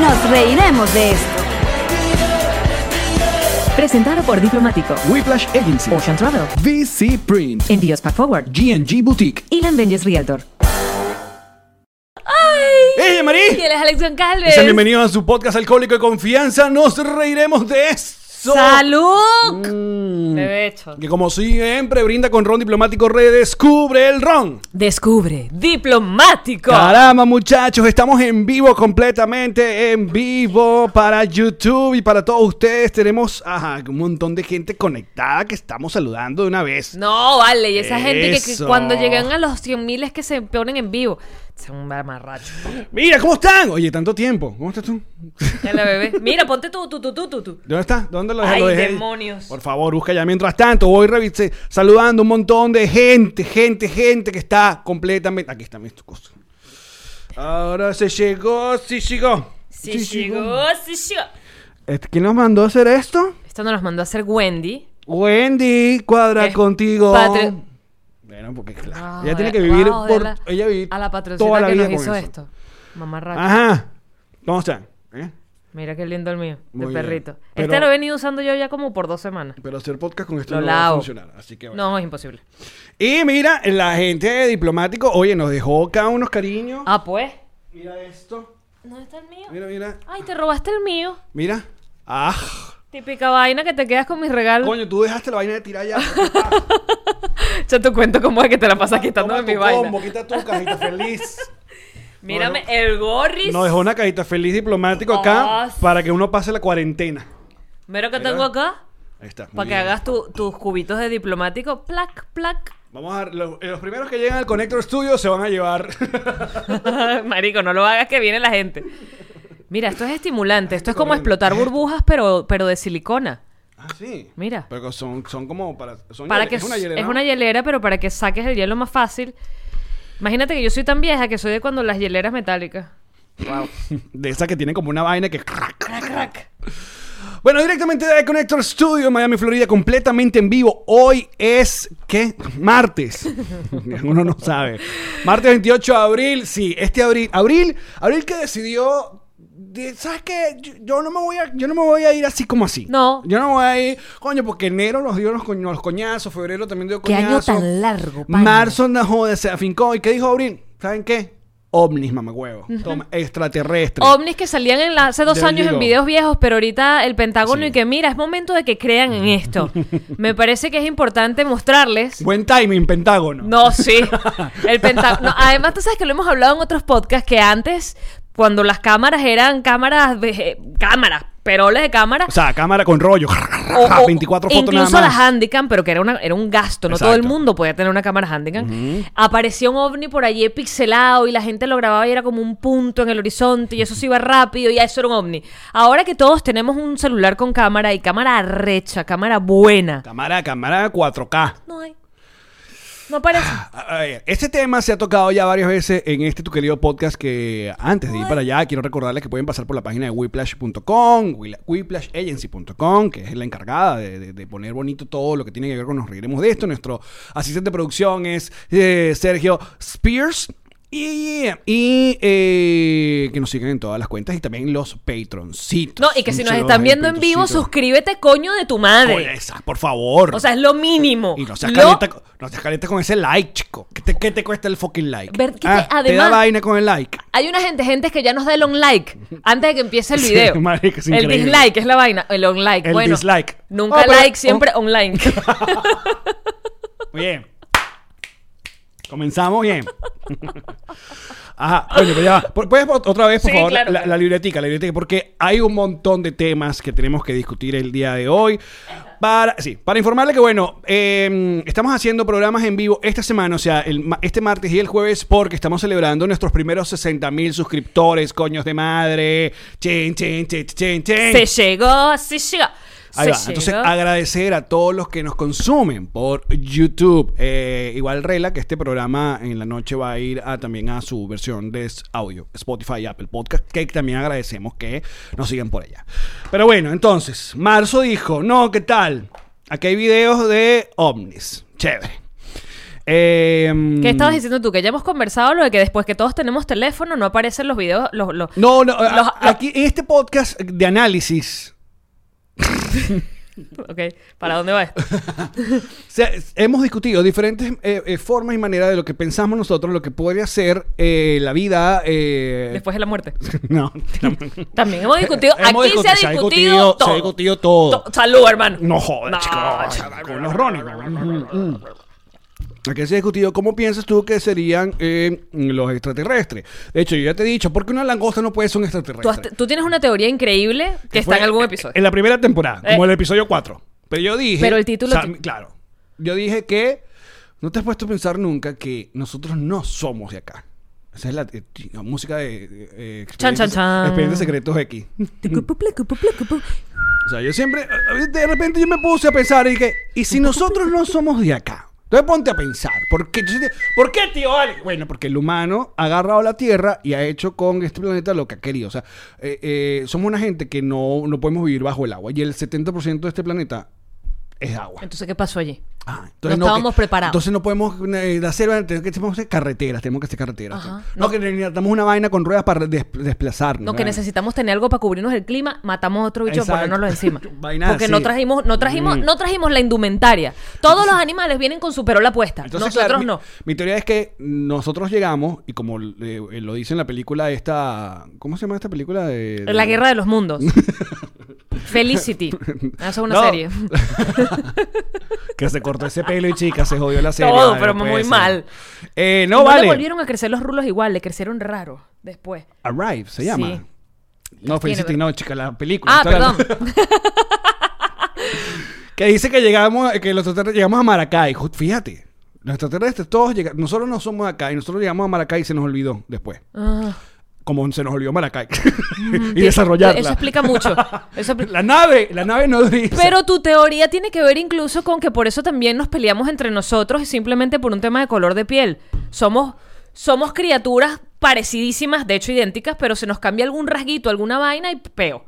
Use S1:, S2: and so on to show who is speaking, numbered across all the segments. S1: Nos reiremos de esto.
S2: Presentado por Diplomático,
S3: Whiplash Agency,
S2: Ocean Travel,
S3: VC Print,
S2: Envíos Pack Forward,
S3: GNG Boutique.
S2: y Benjes Realtor.
S3: ¡Ey,
S4: Y
S3: Marí!
S4: él es Alexion Calves.
S3: Sean bienvenidos a su podcast Alcohólico de Confianza. Nos reiremos de esto.
S4: ¡Salud!
S3: Mm,
S4: De hecho.
S3: Que como siempre brinda con Ron Diplomático Redescubre el Ron.
S4: Descubre. Diplomático.
S3: Caramba, muchachos, estamos en vivo, completamente en vivo para YouTube y para todos ustedes. Tenemos ajá, un montón de gente conectada que estamos saludando de una vez.
S4: No, vale. Y esa gente que- que,
S3: Eso.
S4: cuando llegan a los 100 miles que se ponen en vivo, son marracho.
S3: Mira, ¿cómo están? Oye, tanto tiempo. ¿Cómo estás tú?
S4: Dale, bebé. Mira, ponte tú, tú, tú, tú, tú, tú.
S3: ¿Dónde está? ¿Dónde lo dejé?
S4: Ay,
S3: Lo dejé.
S4: demonios.
S3: Por favor, busca ya. Mientras tanto, voy revisé, saludando un montón de gente, gente, gente que está completamente. Aquí está mi cosa. Ahora se llegó, sí llegó.
S4: Sí, llegó, sí llegó.
S3: Este, ¿Quién nos mandó a hacer esto?
S4: Esto nos los mandó a hacer Wendy.
S3: Wendy, cuadra
S4: Eh,
S3: contigo.
S4: patri-
S3: Bueno, porque claro.
S4: Ah,
S3: ella tiene
S4: joder,
S3: que vivir
S4: wow,
S3: por.
S4: joder, la-
S3: ella vive
S4: A la
S3: toda
S4: patrocina
S3: la
S4: que
S3: vida
S4: nos
S3: con
S4: hizo
S3: eso. Ah.
S4: esto. Mamarracho.
S3: Ajá. ¿Cómo están? ¿Eh?
S4: Mira qué lindo el mío, de
S3: Muy bien.
S4: perrito.
S3: Pero-
S4: Este lo he venido usando yo ya como por dos semanas.
S3: Pero hacer podcast con esto
S4: Lo
S3: no va a
S4: lavo.
S3: funcionar. Así que bueno.
S4: No, es imposible.
S3: Y mira, la gente de diplomático, oye, nos dejó cada unos cariños.
S4: Ah, pues.
S3: Mira esto.
S4: ¿No está el mío?
S3: Mira, mira.
S4: Ay, te robaste el mío.
S3: Mira. Ah.
S4: Típica vaina que te quedas con mis regalos.
S3: Coño, tú dejaste la vaina de tirar ya. Ah,
S4: Ya te cuento cómo es que te la pasas quitándome
S3: Toma
S4: mi
S3: tu
S4: vaina.
S3: combo, quita tu cajita feliz.
S4: Mírame, el gorris.
S3: Nos dejó una cajita feliz diplomático acá
S4: Ah, sí.
S3: para que uno pase la cuarentena.
S4: Mira que
S3: Mira.
S4: tengo acá.
S3: Ahí está. muy
S4: Para que
S3: bien.
S4: hagas tu- tus cubitos de diplomático. Plac, plac.
S3: Vamos a lo- eh, los primeros que llegan al Connector Studio se van a llevar.
S4: Marico, no lo hagas que viene la gente. Mira, esto es estimulante. Esto es como
S3: corriendo.
S4: explotar burbujas, pero, pero de silicona.
S3: ah, sí.
S4: Mira.
S3: Pero son, son como para. son
S4: para
S3: hiele-
S4: que
S3: es una hielera.
S4: es
S3: ¿no?
S4: una hielera, pero para que saques el hielo más fácil. Imagínate que yo soy tan vieja que soy de cuando las hieleras metálicas.
S3: De esa que tiene como una vaina que. Bueno, directamente de Connector Studio en Miami, Florida, completamente en vivo. Hoy es, ¿qué? Martes. Uno no sabe. Martes 28 de abril, sí, este abril. Abril, abril que decidió... de- ¿Sabes qué? Yo, yo no me voy a, yo no me voy a ir así como así.
S4: No.
S3: Yo no me voy a ir, coño, porque enero nos dio los, coño- los coñazos, febrero también dio
S4: Qué año
S3: coñazos.
S4: tan largo, pana.
S3: Marzo, no joda, se afincó. ¿Y qué dijo abril? ¿Saben qué? Ovnis, mamacuevo. Toma, extraterrestre.
S4: Ovnis que salían en la- hace dos
S3: Del
S4: años
S3: Ligo.
S4: en videos viejos, pero ahorita el Pentágono
S3: Sí.
S4: y que mira, es momento de que crean en esto. Me parece que es importante mostrarles.
S3: Buen timing, Pentágono.
S4: No, sí. El Pentágono. además, tú sabes que lo hemos hablado en otros podcasts que antes, cuando las cámaras eran cámaras, de, eh, cámaras, peroles de cámara.
S3: O sea, cámara con rollo.
S4: O- o-
S3: 24 fotos
S4: incluso
S3: nada más.
S4: la Handycam, pero que era, una, era un gasto, no todo el
S3: Exacto.
S4: mundo podía tener una cámara Handycam. Aparecía un ovni por allí pixelado y la gente lo grababa y era como un punto en el horizonte y eso se iba rápido y ya eso era un ovni. Ahora que todos tenemos un celular con cámara y cámara recha, cámara buena,
S3: Cámara, cámara 4K.
S4: no hay. No aparece.
S3: A ver, este tema se ha tocado ya varias veces en este tu querido podcast que antes de ir para allá quiero recordarles que pueden pasar por la página de whiplash.com, whila- whiplashagency.com, que es la encargada de, de- de poner bonito todo lo que tiene que ver con nos reiremos de esto. Nuestro asistente de producción es eh, Sergio Spears. Y, y, eh, que nos sigan en todas las cuentas y también los patroncitos.
S4: No, y que si
S3: Un
S4: nos
S3: saludo a
S4: están
S3: los
S4: viendo en vivo,
S3: patroncitos.
S4: suscríbete, coño, de tu
S3: Oye,
S4: madre.
S3: esa, por favor.
S4: O sea, es lo mínimo.
S3: y no seas,
S4: Lo-
S3: caliente, con- no seas caliente con ese like, chico. ¿Qué te, qué te cuesta el fucking like? Ah,
S4: Ver- que
S3: te
S4: te-
S3: da
S4: además-
S3: vaina con el like.
S4: Hay una gente, gente que ya nos da el on like antes de que empiece el
S3: Sí,
S4: video.
S3: marica, es
S4: el
S3: increíble.
S4: dislike es la vaina. El on like.
S3: El
S4: bueno,
S3: dislike.
S4: Nunca
S3: Oh, pero-
S4: like, siempre online.
S3: Muy bien. Comenzamos bien. Ajá, coño, pero ya va. Por- ¿Puedes por- otra vez, por
S4: Sí,
S3: favor,
S4: claro,
S3: la,
S4: claro.
S3: la libretica, la libretica? Porque hay un montón de temas que tenemos que discutir el día de hoy. Para, sí, para informarle que, bueno, eh, estamos haciendo programas en vivo esta semana, o sea, el ma- este martes y el jueves, porque estamos celebrando nuestros primeros 60 mil suscriptores, coños de madre. Chin, chin, chin, chin, chin.
S4: se llegó, se llegó.
S3: Ahí
S4: se
S3: va. Entonces,
S4: llegó.
S3: agradecer a todos los que nos consumen por YouTube. Eh, igual rela que este programa en la noche va a ir a- también a su versión de s- audio, Spotify y Apple Podcast, que también agradecemos que nos sigan por allá. Pero bueno, entonces, Marzo dijo, no, ¿qué tal? Aquí hay videos de ovnis. Chévere. Eh,
S4: ¿Qué estabas diciendo tú? Que ya hemos conversado lo de que después que todos tenemos teléfono no aparecen los videos, los, los-
S3: No, no, a-
S4: Los-
S3: aquí en este podcast de análisis
S4: Ok, ¿para dónde va esto?
S3: Eh. se- hemos discutido diferentes eh, eh, formas y maneras de lo que pensamos nosotros, lo que podría ser eh, la vida. eh,
S4: Después de la muerte.
S3: No,
S4: También hemos discutido,
S3: Hemos
S4: aquí
S3: discutido-
S4: se, ha
S3: se ha
S4: discutido
S3: discutido-
S4: todo.
S3: se ha discutido todo.
S4: To- salud, hermano.
S3: no jodas,
S4: No,
S3: chicos. Con los Ronnie. Mm, mm. Aquí se ha discutido cómo piensas tú que serían eh, los extraterrestres. De hecho, yo ya te he dicho, porque una langosta no puede ser un
S4: Tú,
S3: extraterrestre?
S4: has- tú tienes una teoría increíble que está
S3: Fue
S4: en algún episodio.
S3: En la primera temporada,
S4: Eh.
S3: como el episodio 4. Pero yo dije.
S4: Pero el título
S3: o sea,
S4: ti-
S3: claro. Yo dije que. No te has puesto a pensar nunca que nosotros no somos de acá. Esa es la, eh, ti- la música de. eh, eh,
S4: Chan, chan,
S3: Expedientes-
S4: chan.
S3: Expedientes secretos X. O sea, yo siempre. eh, De repente yo me puse a pensar y que. ¿Y si nosotros no somos de acá? Entonces ponte a pensar. ¿Por qué, Yo sí te- ¿por qué, tío Ale? Bueno, porque el humano ha agarrado la Tierra y ha hecho con este planeta lo que ha querido. O sea, eh, eh, somos una gente que no, no podemos vivir bajo el agua. Y el 70% de este planeta es agua.
S4: Entonces, ¿qué pasó allí?
S3: Ah,
S4: No estábamos
S3: que-
S4: preparados.
S3: Entonces no podemos eh, hacer tenemos que tenemos que hacer carreteras, tenemos que hacer carreteras.
S4: Ajá.
S3: No,
S4: No.
S3: que necesitamos una vaina con ruedas para des- desplazarnos.
S4: No, que necesitamos tener algo para cubrirnos el clima, matamos a otro bicho
S3: Exacto.
S4: para ponernoslo encima.
S3: Vaina
S4: Porque
S3: así.
S4: no trajimos, no trajimos,
S3: Mm.
S4: no trajimos la indumentaria. Todos los animales vienen con su perola puesta.
S3: Entonces,
S4: Nosotros
S3: claro, mi-
S4: no.
S3: Mi, teoría es que nosotros llegamos, y como eh, lo dice en la película esta. ¿Cómo se llama esta película? De,
S4: La guerra de los mundos. Felicity. Esa es una
S3: No.
S4: serie.
S3: Que se cortó ese pelo y chica, se jodió la serie.
S4: Todo,
S3: vale,
S4: pero
S3: no puede
S4: muy
S3: ser.
S4: mal.
S3: Eh,
S4: Y
S3: no vale.
S4: le volvieron a crecer los rulos igual, le crecieron raros después.
S3: Arrive se
S4: Sí.
S3: llama. No,
S4: Los tiene,
S3: Felicity,
S4: pero-
S3: no, chica, la película.
S4: Ah,
S3: Estoy
S4: perdón.
S3: hablando- Que dice que llegamos, que los extraterrestres llegamos a Maracay. Ju- Fíjate, los extraterrestres todos llegan, nosotros no somos de acá y nosotros llegamos a Maracay y se nos olvidó después.
S4: Ah.
S3: Como se nos olvidó Maracay y desarrollarla.
S4: Eso explica mucho. Eso expli-
S3: La nave, la nave no dice.
S4: Pero tu teoría tiene que ver incluso con que por eso también nos peleamos entre nosotros y simplemente por un tema de color de piel. Somos, somos criaturas parecidísimas, de hecho idénticas, pero se nos cambia algún rasguito, alguna vaina y peo.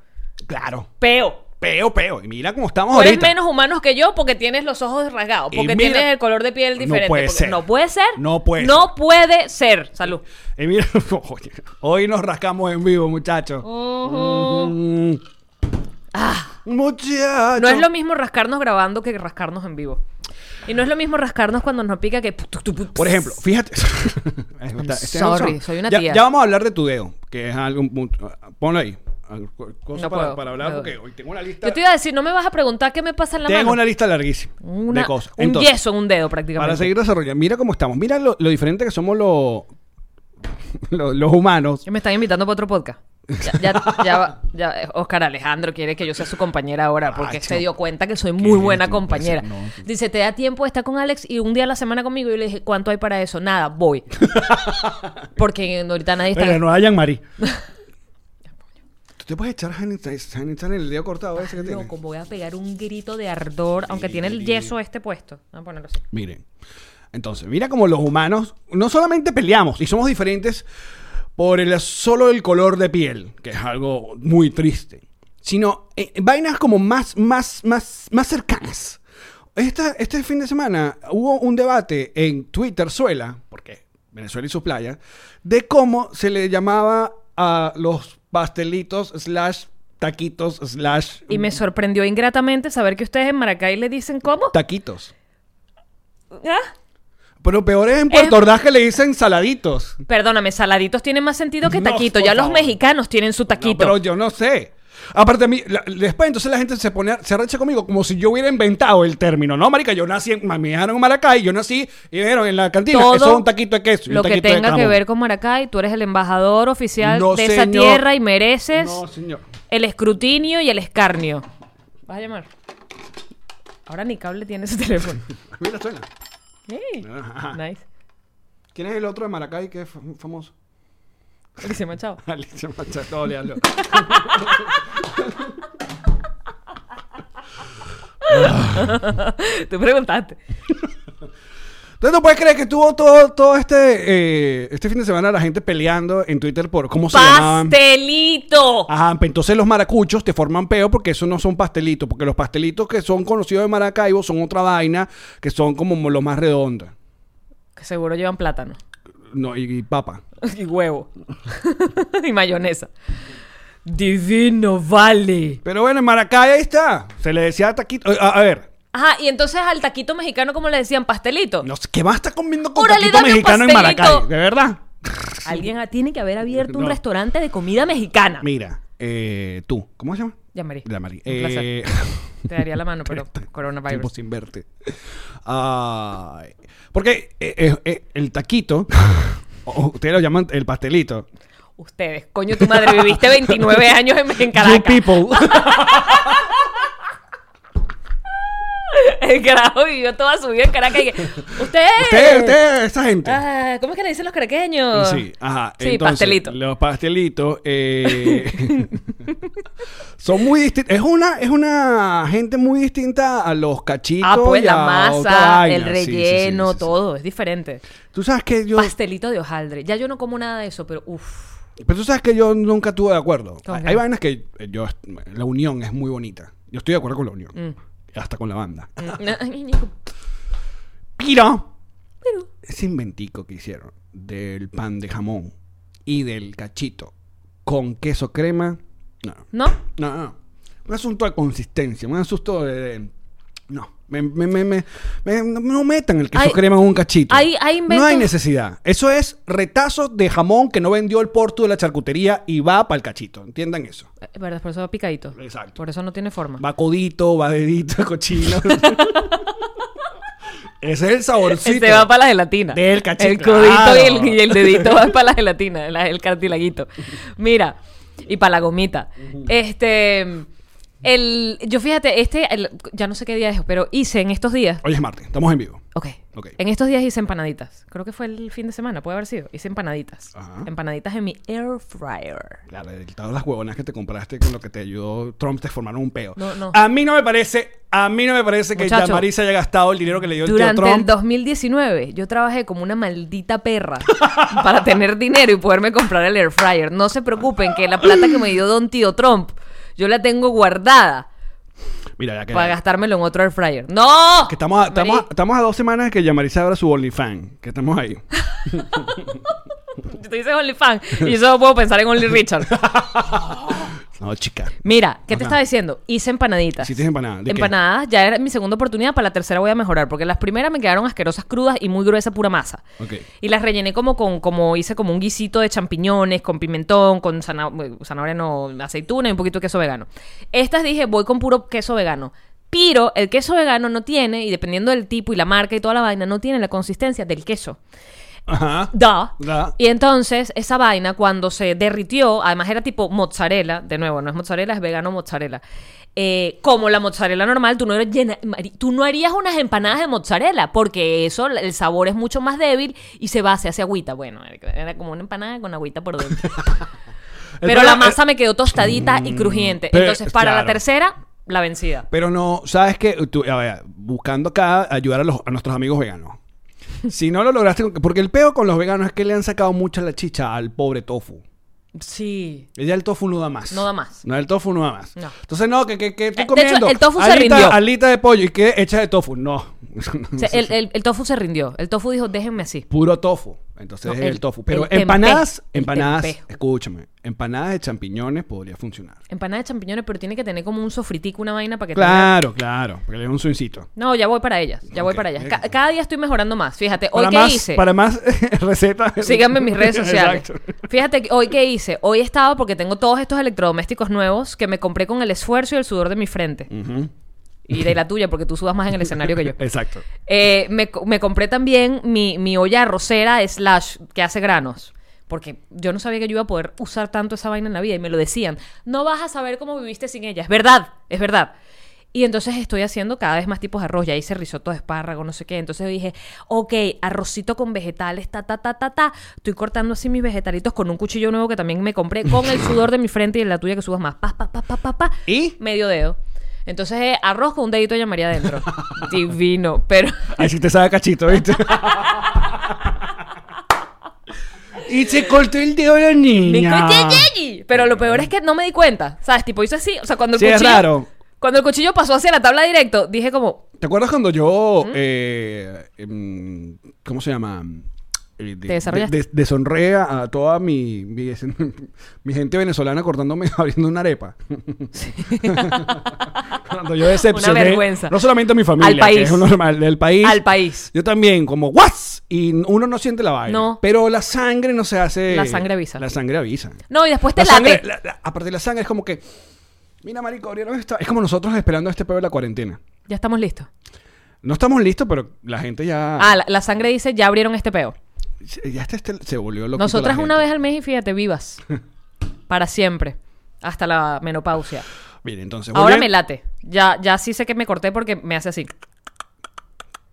S3: claro,
S4: Peo.
S3: peo, peo. Y mira cómo estamos
S4: Tú eres
S3: ahorita.
S4: menos humanos que yo porque tienes los ojos rasgados,
S3: Y
S4: porque
S3: mira-
S4: tienes el color de piel
S3: No
S4: diferente.
S3: puede
S4: porque-
S3: ser.
S4: No puede ser.
S3: No puede
S4: No puede ser. Salud.
S3: Y mira, oye, hoy nos rascamos en vivo, muchachos. Mm. Muchachos.
S4: Ah. No es lo mismo rascarnos grabando que rascarnos en vivo. Y no es lo mismo rascarnos cuando nos pica que...
S3: Por ejemplo, fíjate. Este Está- está en
S4: sorry,
S3: razón.
S4: soy una
S3: Ya-
S4: tía.
S3: Ya, vamos a hablar de tu dedo, que es algún punto. Ponlo ahí. Al- co- Cosa
S4: No
S3: para,
S4: puedo,
S3: para
S4: me
S3: hablar, porque
S4: duele.
S3: hoy tengo una lista.
S4: Yo te iba a decir, no me vas a preguntar qué me pasa en la
S3: tengo
S4: mano.
S3: una lista larguísima
S4: Una-
S3: de cosas.
S4: Un
S3: Entonces,
S4: yeso en un dedo prácticamente.
S3: Para seguir desarrollando, mira cómo estamos. Mira lo, lo diferente que somos los, los, los humanos.
S4: Que Me están invitando para otro podcast. Ya, ya, ya va- ya, eh, Oscar Alejandro quiere que yo sea su compañera ahora porque
S3: Ay,
S4: se
S3: no.
S4: dio cuenta que soy muy buena
S3: No puede
S4: compañera.
S3: ser, no.
S4: Dice, te da tiempo, está con Alex y un día a la semana conmigo. Y yo le dije, ¿cuánto hay para eso? Nada, voy. porque ahorita nadie está...
S3: Pero no hayan Mari. ¿Tú te puedes echar sanitizer sanitizer en el dedo cortado ese que tienes?
S4: Loco, voy a pegar un grito de ardor, aunque tiene el yeso este puesto. Vamos a ponerlo así.
S3: Miren. Entonces, mira como los humanos no solamente peleamos y somos diferentes por el solo el color de piel, que es algo muy triste, sino eh, vainas como más más más más cercanas. Esta- este fin de semana hubo un debate en Twitter Suela, porque Venezuela y sus playas, de cómo se le llamaba a los pastelitos slash taquitos slash
S4: Y me sorprendió ingratamente saber que ustedes en Maracay le dicen, ¿cómo?
S3: taquitos.
S4: ¿Ah?
S3: Pero peor es en Puerto
S4: Es-
S3: Ordaz que le dicen saladitos.
S4: Perdóname, saladitos tiene más sentido que
S3: No,
S4: taquito.
S3: por
S4: ya los
S3: favor.
S4: mexicanos tienen su
S3: No,
S4: taquito.
S3: pero yo no sé. Aparte a mí, la- después entonces la gente se pone, a- se arrecha conmigo como si yo hubiera inventado el término. No, marica, yo nací, en, me dejaron en Maracay, yo nací y me dijeron en la cantina,
S4: Todo
S3: eso es un taquito de queso. y un
S4: lo que
S3: taquito de
S4: tenga que
S3: jamón".
S4: ver con Maracay, tú eres el embajador oficial
S3: No,
S4: de esa
S3: señor.
S4: tierra y mereces
S3: No, señor.
S4: el escrutinio y el escarnio. ¿Vas a llamar? Ahora ni cable tiene ese teléfono.
S3: Mira, suena.
S4: Ey,
S3: Ajá.
S4: nice.
S3: ¿Quién es el otro de Maracay que es fam- famoso?
S4: El que se llama Chao.
S3: Alicia Machado, léalo.
S4: Tú preguntaste.
S3: Entonces no puedes creer que tuvo todo, todo este, eh, este fin de semana la gente peleando en Twitter por cómo se llamaban.
S4: ¡Pastelito!
S3: Ajá, pero entonces los maracuchos te forman peo porque eso no son pastelitos, porque los pastelitos que son conocidos de Maracaibo son otra vaina que son como los más redondos.
S4: Que seguro llevan plátano.
S3: No, y, y papa.
S4: Y huevo. y mayonesa. Divino, vale.
S3: Pero bueno, en Maracay ahí está. Se le decía taquito. eh, A, a ver,
S4: Ajá, y entonces al taquito mexicano, ¿cómo le decían? Pastelito.
S3: no sé, ¿qué más está comiendo con
S4: Órale,
S3: taquito
S4: dame un
S3: mexicano en
S4: pastelito.
S3: Maracay? ¿De verdad?
S4: Alguien ha- tiene que haber abierto un
S3: No.
S4: restaurante de comida mexicana.
S3: Mira, eh, tú, ¿cómo se llama?
S4: Llamaré.
S3: La María.
S4: Un placer.
S3: eh,
S4: Te daría la mano, pero
S3: tiempo
S4: coronavirus.
S3: sin verte. Ay. porque eh, eh, eh, el taquito, o ustedes lo llaman el pastelito.
S4: Ustedes, coño tu madre, viviste 29 años en, en
S3: You
S4: Caracas.
S3: people.
S4: El carajo vivió toda su vida en Caracas. y que, Ustedes.
S3: ustedes, ustedes, esa gente.
S4: Eh. Ah, ¿Cómo es que le dicen los caraqueños?
S3: Sí, ajá.
S4: Sí,
S3: entonces,
S4: pastelito.
S3: Los pastelitos eh, son muy distintos. Es una, es una gente muy distinta a los cachitos.
S4: Ah, pues
S3: y
S4: la
S3: a otra
S4: masa, el
S3: vaina. Sí, sí, sí,
S4: relleno,
S3: sí, sí.
S4: todo, es diferente.
S3: Tú sabes que yo.
S4: Pastelito de hojaldre. Ya yo no como nada de eso, pero uff.
S3: Pero tú sabes que yo nunca estuve de acuerdo.
S4: ¿Con
S3: Hay-
S4: qué?
S3: Hay vainas que eh, yo la unión es muy bonita. Yo estoy de acuerdo con la unión.
S4: mm,
S3: Hasta con la banda. Pero ese inventico que hicieron del pan de jamón y del cachito con queso crema, no,
S4: ¿No?
S3: no, no, no. Un asunto de consistencia, un asunto de... de- no, me, me, me, me- me- no- no metan el queso
S4: Hay-
S3: crema en un cachito.
S4: hay- hay
S3: No hay
S4: inventos-
S3: necesidad. Eso es retazos de jamón que no vendió el porto de la charcutería y va para el cachito. Entiendan eso.
S4: Eh, ¿Verdad? Por eso va picadito.
S3: Exacto.
S4: Por eso no tiene forma.
S3: Va codito, va dedito, cochino. Ese es el saborcito.
S4: Este va para la gelatina.
S3: Del cachito,
S4: El codito
S3: claro.
S4: y, el, y el dedito va para la gelatina, la- el cartilaguito. Mira, y para la gomita. Este. El, yo fíjate, este, el- ya no sé qué día es, pero hice en estos días.
S3: Hoy es martes, estamos en vivo.
S4: Ok.
S3: Ok.
S4: En estos días hice empanaditas. Creo que fue el fin de semana, puede haber sido. Hice empanaditas.
S3: Ajá.
S4: Empanaditas en mi air fryer.
S3: Claro, el- todas las huevonas que te compraste con lo que te ayudó Trump te formaron un peo.
S4: No, no.
S3: A mí no me parece, a mí no me parece que
S4: Muchacho.
S3: Marisa haya gastado el dinero que le dio el tío
S4: Durante el
S3: Trump.
S4: 2019 yo trabajé como una maldita perra para tener dinero y poderme comprar el air fryer. No se preocupen que la plata que me dio Don Tío Trump yo la tengo guardada
S3: Mira, ya que,
S4: para gastármelo en otro air fryer. ¡No!
S3: que estamos, a, estamos, a,
S4: Mari-
S3: estamos a dos semanas de que Yamarisa abra su OnlyFans, que estamos ahí.
S4: Yo te dices OnlyFans y yo solo puedo pensar en Only Richard.
S3: No, chica.
S4: Mira, ¿qué
S3: Ajá.
S4: te estaba diciendo? Hice empanaditas.
S3: Hiciste empanadas, ¿de qué?
S4: Empanadas ya era mi segunda oportunidad, para la tercera voy a mejorar, porque las primeras me quedaron asquerosas crudas y muy gruesa pura masa.
S3: Ok.
S4: Y las rellené como con, como hice como un guisito de champiñones, con pimentón, con zana- zanahoria no, aceituna y un poquito de queso vegano. Estas dije, voy con puro queso vegano. Pero el queso vegano no tiene, y dependiendo del tipo y la marca y toda la vaina, no tiene la consistencia del queso.
S3: Ajá.
S4: Da.
S3: Da.
S4: Y entonces esa vaina cuando se derritió, además era tipo mozzarella, de nuevo, no es mozzarella, es vegano mozzarella. Eh, como la mozzarella normal, tú no, eres llena- Mari- tú no harías unas empanadas de mozzarella, porque eso, el sabor es mucho más débil y se va, se hace agüita. Bueno, era como una empanada con agüita por dentro. Pero la
S3: Empana-
S4: masa me quedó tostadita y crujiente.
S3: pero-
S4: Entonces, para la
S3: eh, Mm. claro.
S4: tercera, la vencida.
S3: Pero no, ¿sabes qué? Tú, a ver, buscando acá ayudar a, los- a nuestros amigos veganos. Si no lo lograste, con- porque el peo con los veganos es que le han sacado mucha la chicha al pobre tofu.
S4: Sí.
S3: Ya el tofu no da más.
S4: No da más.
S3: No, el tofu no da más.
S4: No.
S3: Entonces, no, que, que, que
S4: Eh, de
S3: estoy comiendo.
S4: hecho, el tofu se
S3: alita,
S4: rindió.
S3: Alita de pollo y que hecha de tofu. No.
S4: O sea, el, el- el tofu se rindió. El tofu dijo, déjenme así.
S3: Puro tofu. Entonces
S4: No,
S3: es el,
S4: el-
S3: tofu. Pero
S4: el tempeh,
S3: empanadas,
S4: el
S3: empanadas,
S4: tempeh.
S3: escúchame, empanadas de champiñones podría funcionar.
S4: Empanada de champiñones, pero tiene que tener como un sofritico, una vaina para que tenga
S3: Claro, claro. Porque le da un suicito.
S4: No, ya voy para ellas, ya voy
S3: Ok,
S4: para ellas.
S3: bien.
S4: Ca- cada día estoy mejorando más. Fíjate, hoy
S3: Para
S4: qué
S3: más,
S4: hice.
S3: Para más recetas.
S4: Síganme en mis redes sociales.
S3: Exacto.
S4: Fíjate, que hoy qué hice. Hoy estaba porque tengo todos estos electrodomésticos nuevos que me compré con el esfuerzo y el sudor de mi frente.
S3: Ujú.
S4: Y de la tuya, porque tú sudas más en el escenario que yo.
S3: Exacto.
S4: Eh, me, co- me compré también mi, mi olla arrocera slash que hace granos. Porque yo no sabía que yo iba a poder usar tanto esa vaina en la vida y me lo decían. No vas a saber cómo viviste sin ella. Es verdad, es verdad. Y entonces estoy haciendo cada vez más tipos de arroz. Ya hice risotto de espárrago, no sé qué. Entonces dije, ok, arrocito con vegetales, ta, ta, ta, ta, ta. Estoy cortando así mis vegetalitos con un cuchillo nuevo que también me compré con el sudor de mi frente y de la tuya que subas más. Pa, pa, pa, pa, pa, pa.
S3: ¿Y?
S4: Medio dedo. Entonces, eh, arroz con un dedito de llamaría adentro. Divino. Pero.
S3: Ahí sí te sabe cachito, ¿viste? y se cortó el dedo la niña.
S4: Pero lo peor es que no me di cuenta. ¿Sabes? Tipo, hice así. O sea, cuando el
S3: Sí, es
S4: cuchillo.
S3: raro.
S4: Cuando el cuchillo pasó hacia la tabla directo, dije como.
S3: ¿Te acuerdas cuando yo. eh, em, ¿Cómo se llama? Eh, de-
S4: Te desarrollaste.
S3: de- de- deshonré a a toda mi, mi, mi gente venezolana cortándome, abriendo una arepa. Cuando yo decepcioné.
S4: vergüenza.
S3: No solamente a mi familia,
S4: Al país.
S3: que es lo normal, del país.
S4: Al país.
S3: Yo también, como, ¿what? Y uno no siente la vaina.
S4: No.
S3: Pero la sangre no se hace.
S4: La sangre avisa.
S3: La sangre avisa.
S4: No, y después te
S3: La sangre,
S4: late.
S3: la- la- aparte la sangre es como que. Mira, marico, abrieron esta. Es como nosotros esperando este peor de la cuarentena.
S4: Ya estamos listos.
S3: No estamos listos, pero la gente ya.
S4: Ah, la, la sangre dice, ya abrieron este peo.
S3: Ya este, este se volvió loco.
S4: Nosotras una vez al mes y fíjate, vivas. Para siempre. Hasta la menopausia.
S3: Bien, entonces.
S4: Ahora
S3: volviendo-
S4: me late. Ya, ya sí sé que me corté porque me hace así.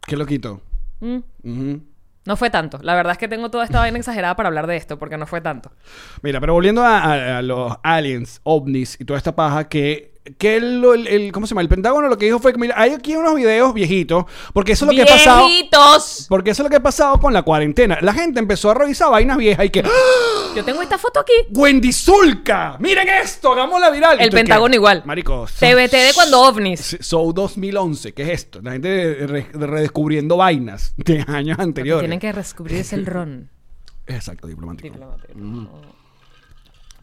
S3: Qué loquito.
S4: Mm.
S3: Ujú.
S4: No fue tanto. La verdad es que tengo toda esta vaina exagerada para hablar de esto, porque no fue tanto.
S3: Mira, pero volviendo a, a- a los aliens, ovnis y toda esta paja que. Que el, el- el- ¿Cómo se llama? El Pentágono lo que dijo fue que, mira, hay aquí unos videos viejitos, porque eso es lo que ha pasado.
S4: ¡Viejitos!
S3: Porque eso es lo que ha pasado con la cuarentena. La gente empezó a revisar vainas viejas y que. ¡Ah!
S4: Yo tengo esta foto aquí.
S3: ¡Wendy Zulka! ¡Miren esto! ¡Hagámosla viral! Y
S4: El
S3: tú, ¿qué?
S4: Pentágono igual.
S3: Marico. so-
S4: TBT de cuando ovnis.
S3: so- So 2011, ¿qué es esto? La gente re- redescubriendo vainas de años anteriores.
S4: Tienen que descubrirse el ron.
S3: Exacto, diplomático.
S4: Diplomático.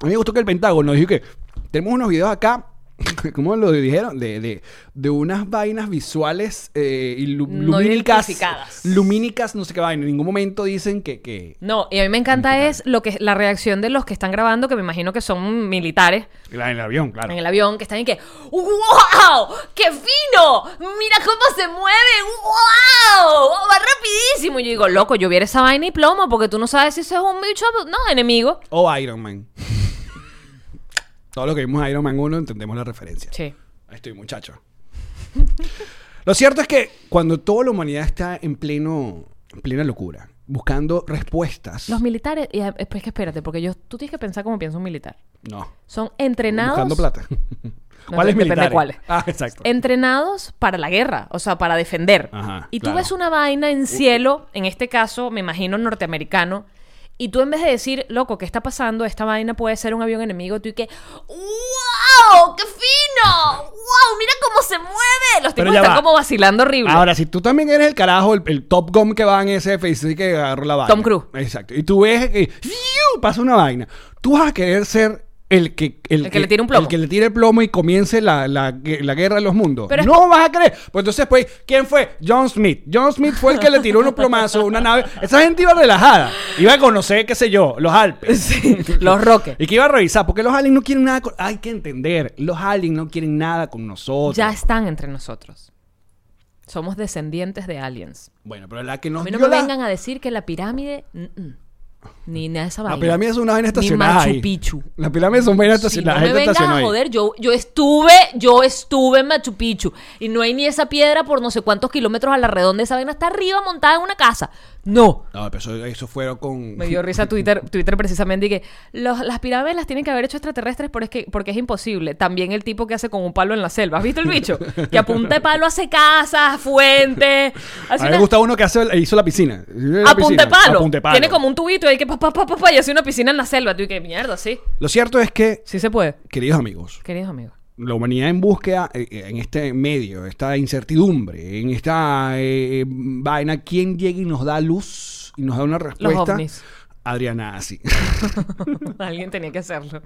S3: A mí me gustó que el Pentágono dijo que tenemos unos videos acá, ¿cómo lo dijeron? De, de, de unas vainas visuales eh, y lu-
S4: No
S3: lumínicas.
S4: identificadas.
S3: Lumínicas, no sé qué vaina. En ningún momento dicen que. que
S4: No, y a mí me encanta es lo que la reacción de los que están grabando, que me imagino que son militares
S3: en el avión, claro.
S4: en el avión, que están en que ¡Wow! ¡Qué fino! ¡Mira cómo se mueve! ¡Wow! ¡Va rapidísimo! Y yo digo, loco, yo viera esa vaina y plomo, porque tú no sabes si eso es un bicho, no, enemigo.
S3: O Iron Man. Todo lo que vimos Iron Man 1 entendemos la referencia.
S4: Sí.
S3: Ahí estoy, muchacho. lo cierto es que cuando toda la humanidad está en pleno en plena locura, buscando respuestas.
S4: Los militares, y, eh, es que espérate, porque yo, tú tienes que pensar como piensa un militar.
S3: No.
S4: Son entrenados.
S3: Buscando plata.
S4: No,
S3: ¿Cuáles
S4: depende de
S3: militares?
S4: cuáles.
S3: Ah, exacto.
S4: Entrenados para la guerra, o sea, para defender.
S3: Ajá,
S4: y tú
S3: claro.
S4: ves una vaina en cielo, en este caso, me imagino norteamericano, y tú en vez de decir, loco, ¿qué está pasando? Esta vaina puede ser un avión enemigo, tú y que, ¡Wow! ¡Qué fino! ¡Wow! ¡Mira cómo se mueve! Los
S3: Pero
S4: tipos
S3: ya
S4: están
S3: va.
S4: como vacilando horrible.
S3: Ahora, si tú también eres el carajo, el, el Top Gun que va en ese y que agarró la vaina.
S4: Tom Cruise.
S3: Exacto. Y tú ves que ¡fiu! pasa una vaina. Tú vas a querer ser el que,
S4: El que le tire un plomo.
S3: El que le tire el plomo y comience la, la gue- la guerra de los mundos.
S4: Pero es
S3: no vas a querer. Pues entonces, pues, ¿quién fue? John Smith. John Smith fue el que le tiró unos plomazos a una nave. Esa gente iba relajada. Iba a conocer, qué sé yo, los Alpes.
S4: Sí, los roques.
S3: Y que iba a revisar, porque los aliens no quieren nada con... Hay que entender, los aliens no quieren nada con nosotros.
S4: Ya están entre nosotros. Somos descendientes de aliens.
S3: Bueno, pero la que nos
S4: A mí no
S3: dio
S4: me
S3: la-
S4: vengan a decir que la pirámide. mm, mm, ni nada de esa vaina.
S3: La pirámide es una vaina
S4: Ni
S3: estacionada.
S4: Machu
S3: ahí.
S4: Picchu.
S3: La pirámide es una vaina
S4: Si
S3: estacionada.
S4: no
S3: la
S4: me
S3: gente
S4: vengas
S3: estaciona
S4: a
S3: ahí.
S4: joder, yo, yo estuve, yo estuve en Machu Picchu y no hay ni esa piedra por no sé cuántos kilómetros a la redonda. Esa vaina está arriba montada en una casa. No.
S3: No, pero eso, eso fueron con.
S4: Me dio risa Twitter, Twitter precisamente y que los- las pirámides las tienen que haber hecho extraterrestres porque es, que, porque es imposible. También el tipo que hace con un palo en la selva. ¿Has visto el bicho? Que apunta de palo hace casas, fuentes.
S3: A mí
S4: hace
S3: me
S4: una-
S3: gusta uno que hace, hizo la piscina. La
S4: Apunta
S3: piscina.
S4: de palo.
S3: Apunta de
S4: Tiene como un tubito y hay que pa, pa, pa, pa, pa, y hace una piscina en la selva. Tú y que mierda, sí.
S3: Lo cierto es que,
S4: Sí se puede.
S3: queridos amigos,
S4: Queridos amigos.
S3: la humanidad en búsqueda eh, eh, en este medio, esta incertidumbre, en esta eh, eh, vaina, ¿quién llega y nos da luz y nos da una respuesta?
S4: ovnis.
S3: Adriana así.
S4: Alguien tenía que hacerlo.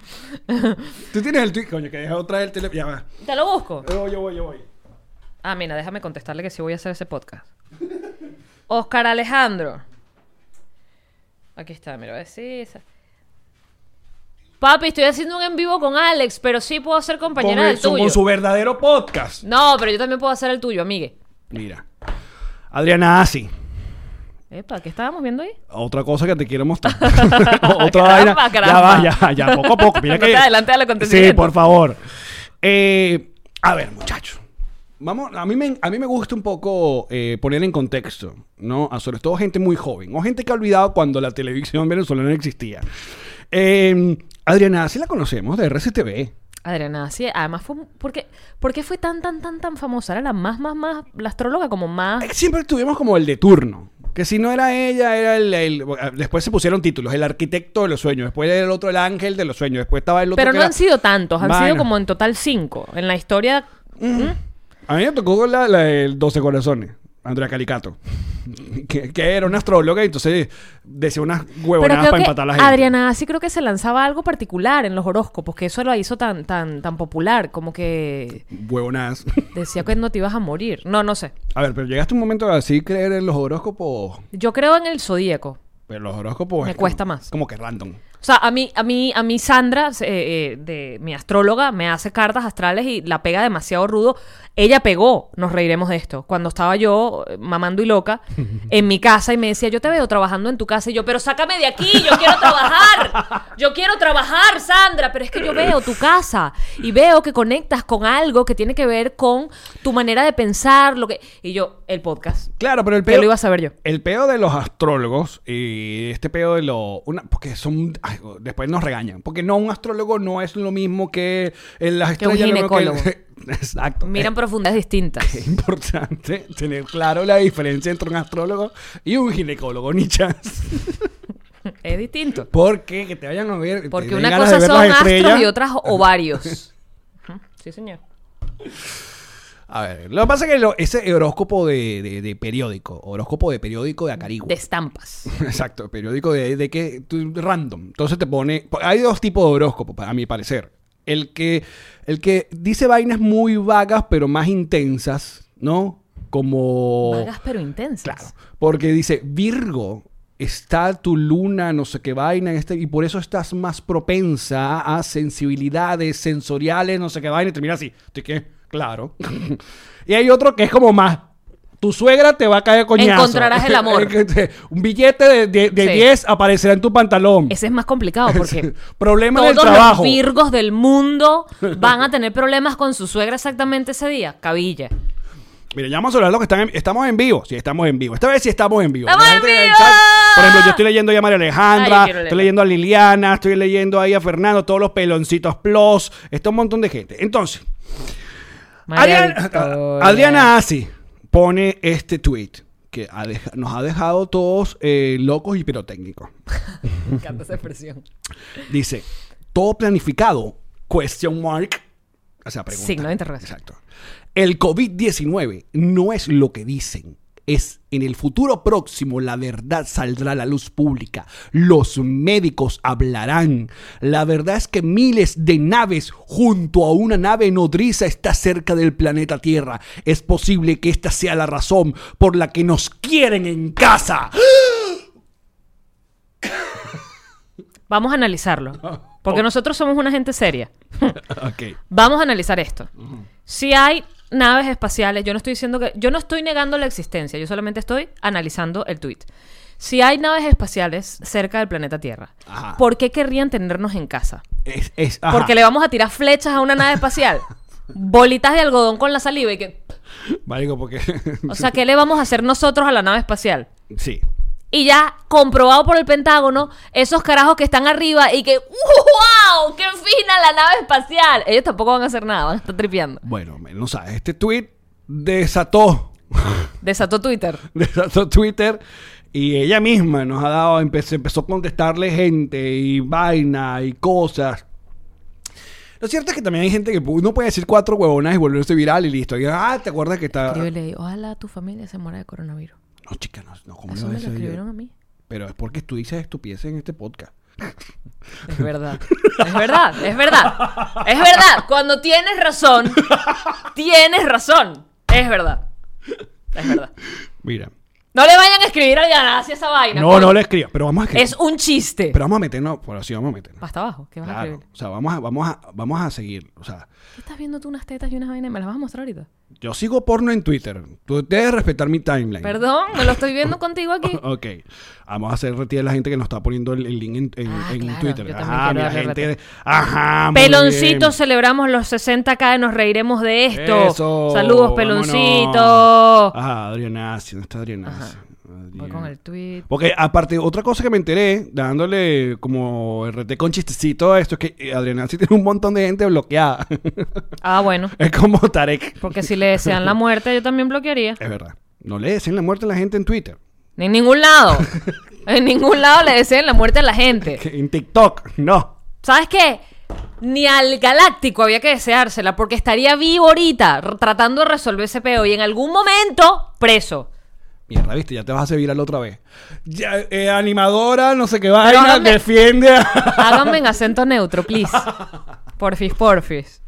S3: Tú tienes el tweet, coño, que deja otra vez el teléfono. Ya va.
S4: Te lo busco.
S3: Yo voy, yo voy, yo voy.
S4: Ah, mira, déjame contestarle que sí voy a hacer ese podcast. Oscar Alejandro. Aquí está, mira, a ver si. esa- Papi, estoy haciendo un en vivo con Alex, pero sí puedo ser compañera
S3: Con el-
S4: del tuyo.
S3: con su verdadero podcast.
S4: No, pero yo también puedo hacer el tuyo, amigue.
S3: Mira. Adriana Asi.
S4: Epa, ¿qué estábamos viendo ahí?
S3: Otra cosa que te quiero mostrar. Otra vaina. Ya
S4: Caramba,
S3: va,
S4: caramba.
S3: ya, ya, poco a poco. Mira
S4: No
S3: que-
S4: te adelantes al
S3: Sí,
S4: acontecimiento.
S3: por favor. Eh, a ver, muchachos. Vamos, a mí me, a mí me gusta un poco eh, poner en contexto, ¿no? A sobre todo gente muy joven o gente que ha olvidado cuando la televisión venezolana existía. Eh, Adriana, sí la conocemos de RCTV.
S4: Adriana, sí, además fue. ¿por qué, por qué fue tan, tan, tan, tan famosa? Era la más, más, más. La astróloga, como más.
S3: Eh, Siempre tuvimos como el de turno. Que si no era ella, era el, el- Después se pusieron títulos. El arquitecto de los sueños. Después era el otro, el ángel de los sueños. Después estaba el otro.
S4: Pero
S3: que
S4: no
S3: era-
S4: han sido tantos, han
S3: Vaina.
S4: sido como en total cinco. En la historia. ¿Mm?
S3: A mí me tocó la, la del 12 corazones. Andrea Calicato. Que, que era una astróloga y entonces decía unas
S4: Pero
S3: huevonadas para
S4: creo que
S3: pues, empatar a la gente.
S4: Adriana sí creo que se lanzaba algo particular en los horóscopos, que eso la hizo tan, tan, tan popular, como que
S3: Huevonadas.
S4: decía que no te ibas a morir. No, no sé.
S3: A ver, pero llegaste un momento de así creer en los horóscopos.
S4: Yo creo en el zodíaco.
S3: Pero los horóscopos.
S4: Me
S3: es
S4: cuesta
S3: como-
S4: más.
S3: Como que random.
S4: O sea, a mí, a mí, a mí Sandra, eh, eh, de mi astróloga, me hace cartas astrales y la pega demasiado rudo. Ella pegó, nos reiremos de esto, cuando estaba yo eh, mamando y loca en mi casa y me decía, yo te veo trabajando en tu casa y yo, pero sácame de aquí, yo quiero trabajar, yo quiero trabajar, Sandra, pero es que yo veo tu casa y veo que conectas con algo que tiene que ver con tu manera de pensar, lo que... Y yo, el podcast.
S3: Claro, pero el
S4: Que
S3: peo.
S4: lo iba a saber yo.
S3: El peo de los astrólogos y este peo de los. Una, porque son. ay, después nos regañan. Porque no, un astrólogo no es lo mismo que en las
S4: Que un
S3: estrellas. lo mismo
S4: ginecólogo.
S3: exacto.
S4: Miran
S3: Es-
S4: profundidades distintas.
S3: Es importante tener claro la diferencia entre un astrólogo y un ginecólogo, nichas.
S4: Es distinto.
S3: Porque que te vayan a ver.
S4: Porque
S3: te den
S4: una
S3: ganas de
S4: cosa
S3: ver
S4: son
S3: las
S4: astros
S3: estrellas.
S4: y otras ovarios. Ujú, sí, señor.
S3: A ver, lo que pasa es que lo- ese horóscopo de, de- de periódico, horóscopo de periódico de Acarigua.
S4: De estampas.
S3: Exacto, periódico de, de que tú- random. Entonces te pone. Hay dos tipos de horóscopo, pa- a mi parecer. El que, el que dice vainas muy vagas, pero más intensas, ¿no? Como.
S4: Vagas pero intensas.
S3: Oh. Claro. Porque dice, Virgo, está tu luna, no sé qué vaina, en este, y por eso estás más propensa a sensibilidades sensoriales, no sé qué vaina, y termina así. ¿Tú qué? Claro. y hay otro que es como más. Tu suegra te va a caer coñazo.
S4: Encontrarás el amor.
S3: Un billete de, de- de
S4: Sí.
S3: 10 aparecerá en tu pantalón.
S4: Ese es más complicado porque
S3: Problema del
S4: todos los
S3: trabajo.
S4: virgos del mundo van a tener problemas con su suegra exactamente ese día. Cabilla.
S3: Mira, ya vamos a hablar lo que están en- estamos en vivo. Sí, estamos en vivo. Esta vez sí estamos en vivo.
S4: ¡Estamos
S3: La gente
S4: en
S3: del
S4: vivo!
S3: por ejemplo, yo estoy leyendo ya a María Alejandra,
S4: Ay, quiero
S3: estoy
S4: leerlo.
S3: leyendo a Liliana, estoy leyendo ahí a Fernando, todos los peloncitos plus, está un montón de gente. Entonces,
S4: María
S3: Adriana,
S4: Victoria.
S3: Adriana Asi pone este tweet que ha deja- nos ha dejado todos eh, locos y pirotécnicos.
S4: Me encanta esa expresión.
S3: Dice, todo planificado, question mark. O sea, pregunta.
S4: Signo de interrogación.
S3: Exacto. El COVID-19 no es lo que dicen. Es en el futuro próximo la verdad saldrá a la luz pública. Los médicos hablarán. La verdad es que miles de naves junto a una nave nodriza está cerca del planeta Tierra. Es posible que esta sea la razón por la que nos quieren en casa.
S4: Vamos a analizarlo. Porque nosotros somos una gente seria.
S3: ok.
S4: Vamos a analizar esto. Si hay naves espaciales, yo no estoy diciendo que. Yo no estoy negando la existencia, yo solamente estoy analizando el tweet. Si hay naves espaciales cerca del planeta Tierra,
S3: Ajá.
S4: ¿por qué querrían tenernos en casa?
S3: Es, es- ajá.
S4: Porque le vamos a tirar flechas a una nave espacial. Bolitas de algodón con la saliva y que.
S3: Marico, porque...
S4: O sea, ¿qué le vamos a hacer nosotros a la nave espacial?
S3: sí.
S4: Y ya comprobado por el Pentágono, esos carajos que están arriba y que. ¡Wow! ¡Qué fina la nave espacial! Ellos tampoco van a hacer nada, van a estar tripeando.
S3: Bueno, men, no sabes, este tweet desató,
S4: Desató Twitter.
S3: desató Twitter y ella misma nos ha dado, empezó, empezó a contestarle gente y vaina y cosas. Lo cierto es que también hay gente que pu- uno puede decir cuatro huevonas y volverse viral y listo. Y, ah, ¿te acuerdas que está...?
S4: Escríbele ahí, ojalá tu familia se muera de coronavirus.
S3: No, chica, no, no ¿cómo le voy a
S4: Eso me lo
S3: decir yo?
S4: escribieron a mí.
S3: Pero es porque tú dices estupideces en este podcast.
S4: Es verdad. Es verdad, es verdad. Es verdad. Cuando tienes razón, tienes razón. Es verdad. Es verdad.
S3: Mira.
S4: No le vayan a escribir a Diana hacia esa vaina.
S3: No,
S4: coño.
S3: no le escribas, pero vamos a escribir.
S4: Es un chiste.
S3: Pero vamos a meternos, por así vamos a meternos.
S4: Hasta abajo. ¿Qué vas a
S3: Claro,
S4: escribir?
S3: o sea, vamos a, vamos a, vamos a seguir, o sea...
S4: ¿Qué estás viendo tú unas tetas y unas vainas? ¿Me las vas a mostrar ahorita?
S3: Yo sigo porno en Twitter. Tú debes respetar mi timeline.
S4: Perdón, me lo estoy viendo contigo aquí.
S3: Ok. Vamos a hacer retira a la gente que nos está poniendo el, el link en, en-
S4: Ah,
S3: en
S4: claro,
S3: Twitter.
S4: yo también
S3: Ajá,
S4: quiero
S3: mira,
S4: darle
S3: gente.
S4: retweet.
S3: Ajá. muy
S4: Peloncito,
S3: bien.
S4: celebramos los 60k y nos reiremos de esto.
S3: Eso, vámonos.
S4: Saludos,
S3: Ah,
S4: Peloncito.
S3: Ajá, Adriana Asia. ¿Dónde está Adriana Asia?
S4: Voy
S3: Adriana.
S4: con el tweet.
S3: Porque aparte, otra cosa que me enteré, dándole como RT con chistecito a esto, es que eh, Adriana sí tiene un montón de gente bloqueada.
S4: Ah, bueno.
S3: es como Tarek.
S4: Porque si le desean la muerte, yo también bloquearía.
S3: Es verdad. No le deseen la muerte a la gente en Twitter.
S4: En ningún lado. En ningún lado le desean la muerte a la gente.
S3: En TikTok. No.
S4: ¿Sabes qué? ni al galáctico había que deseársela, porque estaría vivo ahorita r- tratando de resolver ese peo y en algún momento preso.
S3: Mierda, viste, ya te vas a hacer viral otra vez. Ya, eh, animadora, no sé qué vaina,
S4: háganme-
S3: defiende a-
S4: Háganme en acento neutro, please. Porfis, porfis.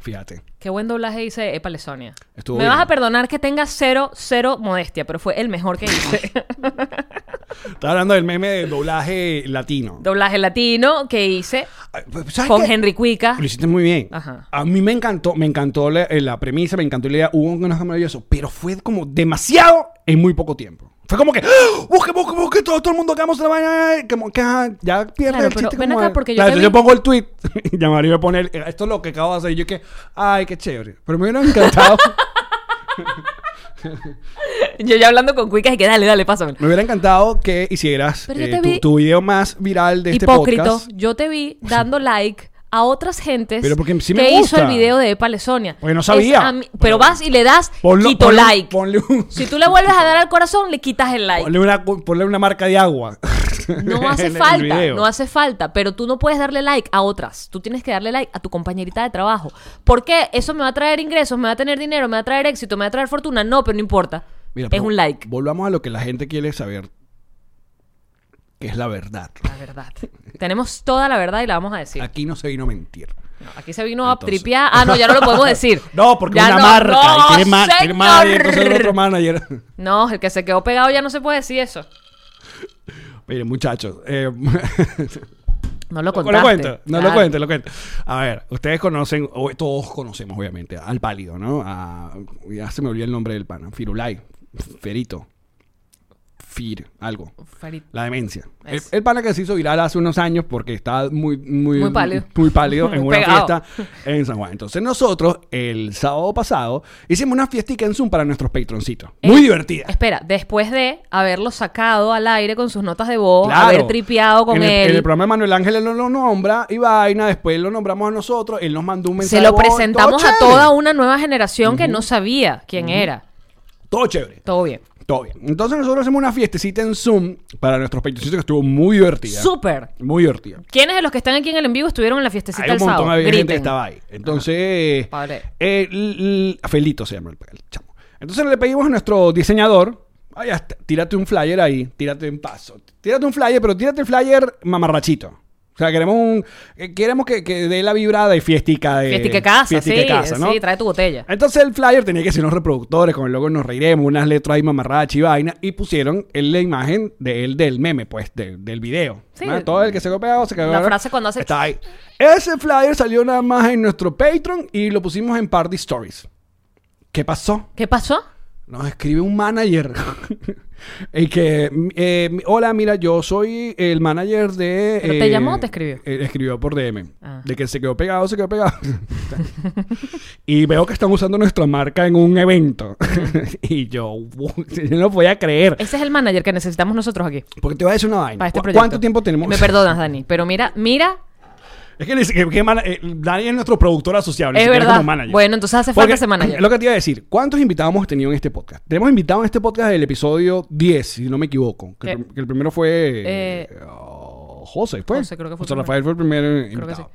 S3: Fíjate.
S4: Qué buen doblaje hice Épale Sonia.
S3: Estuvo
S4: Me
S3: bien.
S4: vas a perdonar que tenga cero, cero modestia, pero fue el mejor que hice.
S3: Estaba hablando del meme de doblaje latino.
S4: doblaje latino que hice
S3: Ay, pues, ¿sabes
S4: con
S3: qué?
S4: Henry Cuica.
S3: Lo hiciste muy bien.
S4: Ajá.
S3: A mí me encantó, me encantó la, eh, la premisa, me encantó la idea. Hubo un conejo maravilloso, pero fue como demasiado en muy poco tiempo. Fue como que, ¡Ah! busque, busque, busque, todo, todo el mundo hagamos la vaina, como que ajá, ya pierde
S4: Claro,
S3: el
S4: pero
S3: chiste
S4: ven
S3: como
S4: acá,
S3: de-
S4: porque yo
S3: Claro,
S4: te
S3: yo,
S4: vi-
S3: pongo el tweet y ya Mario me pone, el- esto es lo que acabo de hacer. Y yo que, ay, qué chévere. Pero me hubiera encantado,
S4: Yo ya hablando con Cuica y que dale, dale, pásame.
S3: me hubiera encantado que hicieras
S4: Pero yo
S3: eh,
S4: te
S3: tu,
S4: vi-
S3: tu video más viral de este
S4: Hipócrito,
S3: podcast.
S4: yo te vi dando like a otras gentes
S3: Pero porque sí me
S4: que
S3: gusta.
S4: hizo el video de Epa Lesonia.
S3: Porque no
S4: Es
S3: sabía.
S4: a mí- pero vas y le das
S3: Ponlo-
S4: quito
S3: ponle-
S4: like.
S3: Ponle, un-
S4: Si tú le vuelves a dar al corazón, le quitas el like.
S3: ponle una, ponle una marca de agua.
S4: No hace
S3: En el
S4: falta,
S3: video.
S4: no hace falta, pero tú no puedes darle like a otras. Tú tienes que darle like a tu compañerita de trabajo. ¿Por qué? Eso me va a traer ingresos, me va a tener dinero, me va a traer éxito, me va a traer fortuna. No, pero no importa.
S3: Mira,
S4: es
S3: pero
S4: un like.
S3: Volvamos a lo que la gente quiere saber, que es la verdad.
S4: La verdad. Tenemos toda la verdad y la vamos a decir.
S3: Aquí no se vino a mentir.
S4: No, aquí se vino a
S3: Entonces.
S4: tripear. Ah, no, ya no lo podemos decir.
S3: No, porque
S4: Ya
S3: una
S4: no,
S3: marca
S4: no,
S3: y tiene, ma- tiene manager, entonces el
S4: señor.
S3: otro manager.
S4: No, el que se quedó pegado ya no se puede decir eso.
S3: Miren, muchachos, eh,
S4: No lo
S3: no
S4: contaste.
S3: lo cuento, no lo
S4: Claro.
S3: cuento, lo cuento. A ver, ustedes conocen, o todos conocemos obviamente, al pálido, ¿no? A- ya se me olvidó el nombre del pana, Firulai, Ferito, Fir, algo.
S4: Farid.
S3: La demencia. El,
S4: Es.
S3: el pana que se hizo viral hace unos años porque estaba muy, muy,
S4: Muy pálido.
S3: muy pálido en
S4: Muy
S3: una
S4: pegado.
S3: fiesta en San Juan. Entonces nosotros, el sábado pasado, hicimos una fiestica en Zoom para nuestros patroncitos. Muy
S4: Eh,
S3: divertida.
S4: Espera, después de haberlo sacado al aire con sus notas de voz,
S3: Claro.
S4: haber tripeado con
S3: en el,
S4: él,
S3: En el programa de Manuel Ángel él lo, lo nombra y vaina, después lo nombramos a nosotros, él nos mandó un mensaje.
S4: se
S3: de
S4: lo
S3: voz,
S4: presentamos
S3: todo
S4: a
S3: chévere.
S4: toda una nueva generación que no sabía quién era.
S3: Todo chévere.
S4: Todo bien.
S3: Todo bien. Entonces nosotros hacemos una fiestecita en Zoom para nuestros patroncitos que estuvo muy divertida.
S4: Súper.
S3: Muy divertida.
S4: ¿Quiénes de los que están aquí en el en vivo estuvieron en la fiestecita
S3: Hay un
S4: el
S3: montón
S4: sábado?
S3: de gente que
S4: Griten.
S3: estaba ahí. Entonces,
S4: Ajá. Padre.
S3: eh, l- l- Felito se llama el, el chamo. Entonces le pedimos a nuestro diseñador, "Ay, hasta- tírate un flyer ahí, tírate un paso, tírate un flyer, pero tírate el flyer mamarrachito. O sea, queremos un, eh, queremos que, que dé la vibra de fiestica de
S4: Fiestica de casa,
S3: eh, fiestica de
S4: sí,
S3: casa, ¿no?
S4: sí, trae tu botella.
S3: Entonces el flyer tenía que ser unos reproductores, con el logo nos reiremos, unas letras ahí mamarrachi y vaina, y pusieron el- la imagen de él del meme, pues, del, del video.
S4: Sí.
S3: ¿no? Todo el que se copiaba se cagó.
S4: La frase cuando hace-
S3: Está ahí. Ese flyer salió nada más en nuestro Patreon y lo pusimos en Party Stories. ¿Qué pasó?
S4: ¿Qué pasó?
S3: Nos escribe un manager. y que, eh, hola, mira, yo soy el manager de...
S4: ¿Pero te
S3: eh,
S4: llamó o te escribió?
S3: eh, escribió por DM.
S4: Ah.
S3: De que se quedó pegado, se quedó pegado. y veo que están usando nuestra marca en un evento. y yo, yo no podía creer.
S4: Ese es el manager que necesitamos nosotros aquí
S3: Porque te voy a decir una
S4: para
S3: vaina.
S4: este
S3: ¿Cu-
S4: proyecto.
S3: ¿Cuánto tiempo tenemos?
S4: Me perdonas, Dani, pero mira, mira,
S3: Es que, le dice que, que mana- eh, Dani es nuestro productor asociado. ni
S4: es
S3: siquiera
S4: verdad.
S3: como manager.
S4: Bueno, entonces hace
S3: Porque
S4: falta ese manager.
S3: es Lo que te iba a decir, ¿cuántos invitados hemos tenido en este podcast? Tenemos invitados en este podcast del episodio 10, si no me equivoco. Que, el,
S4: Eh.
S3: prim- que el primero fue.
S4: Eh.
S3: oh, José, fue.
S4: José, creo que fue
S3: José
S4: el primero.
S3: Rafael fue el primer eh,
S4: Creo que
S3: invitado.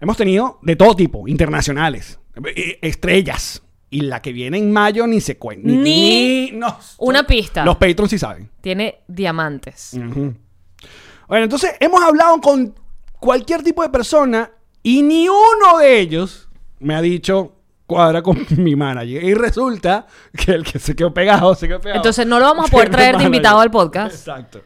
S3: Hemos tenido de todo tipo, internacionales, eh, estrellas. Y la que viene en mayo ni se cuenta.
S4: Ni una pista.
S3: Los Mm. patrons sí saben.
S4: Tiene diamantes.
S3: Ujú. Bueno, entonces hemos hablado con cualquier tipo de persona y ni uno de ellos me ha dicho cuadra con mi manager. Y resulta que el que se quedó pegado, se quedó pegado.
S4: Entonces, no lo vamos a
S3: fue
S4: poder
S3: mi
S4: traer de
S3: manager.
S4: invitado al podcast.
S3: Exacto.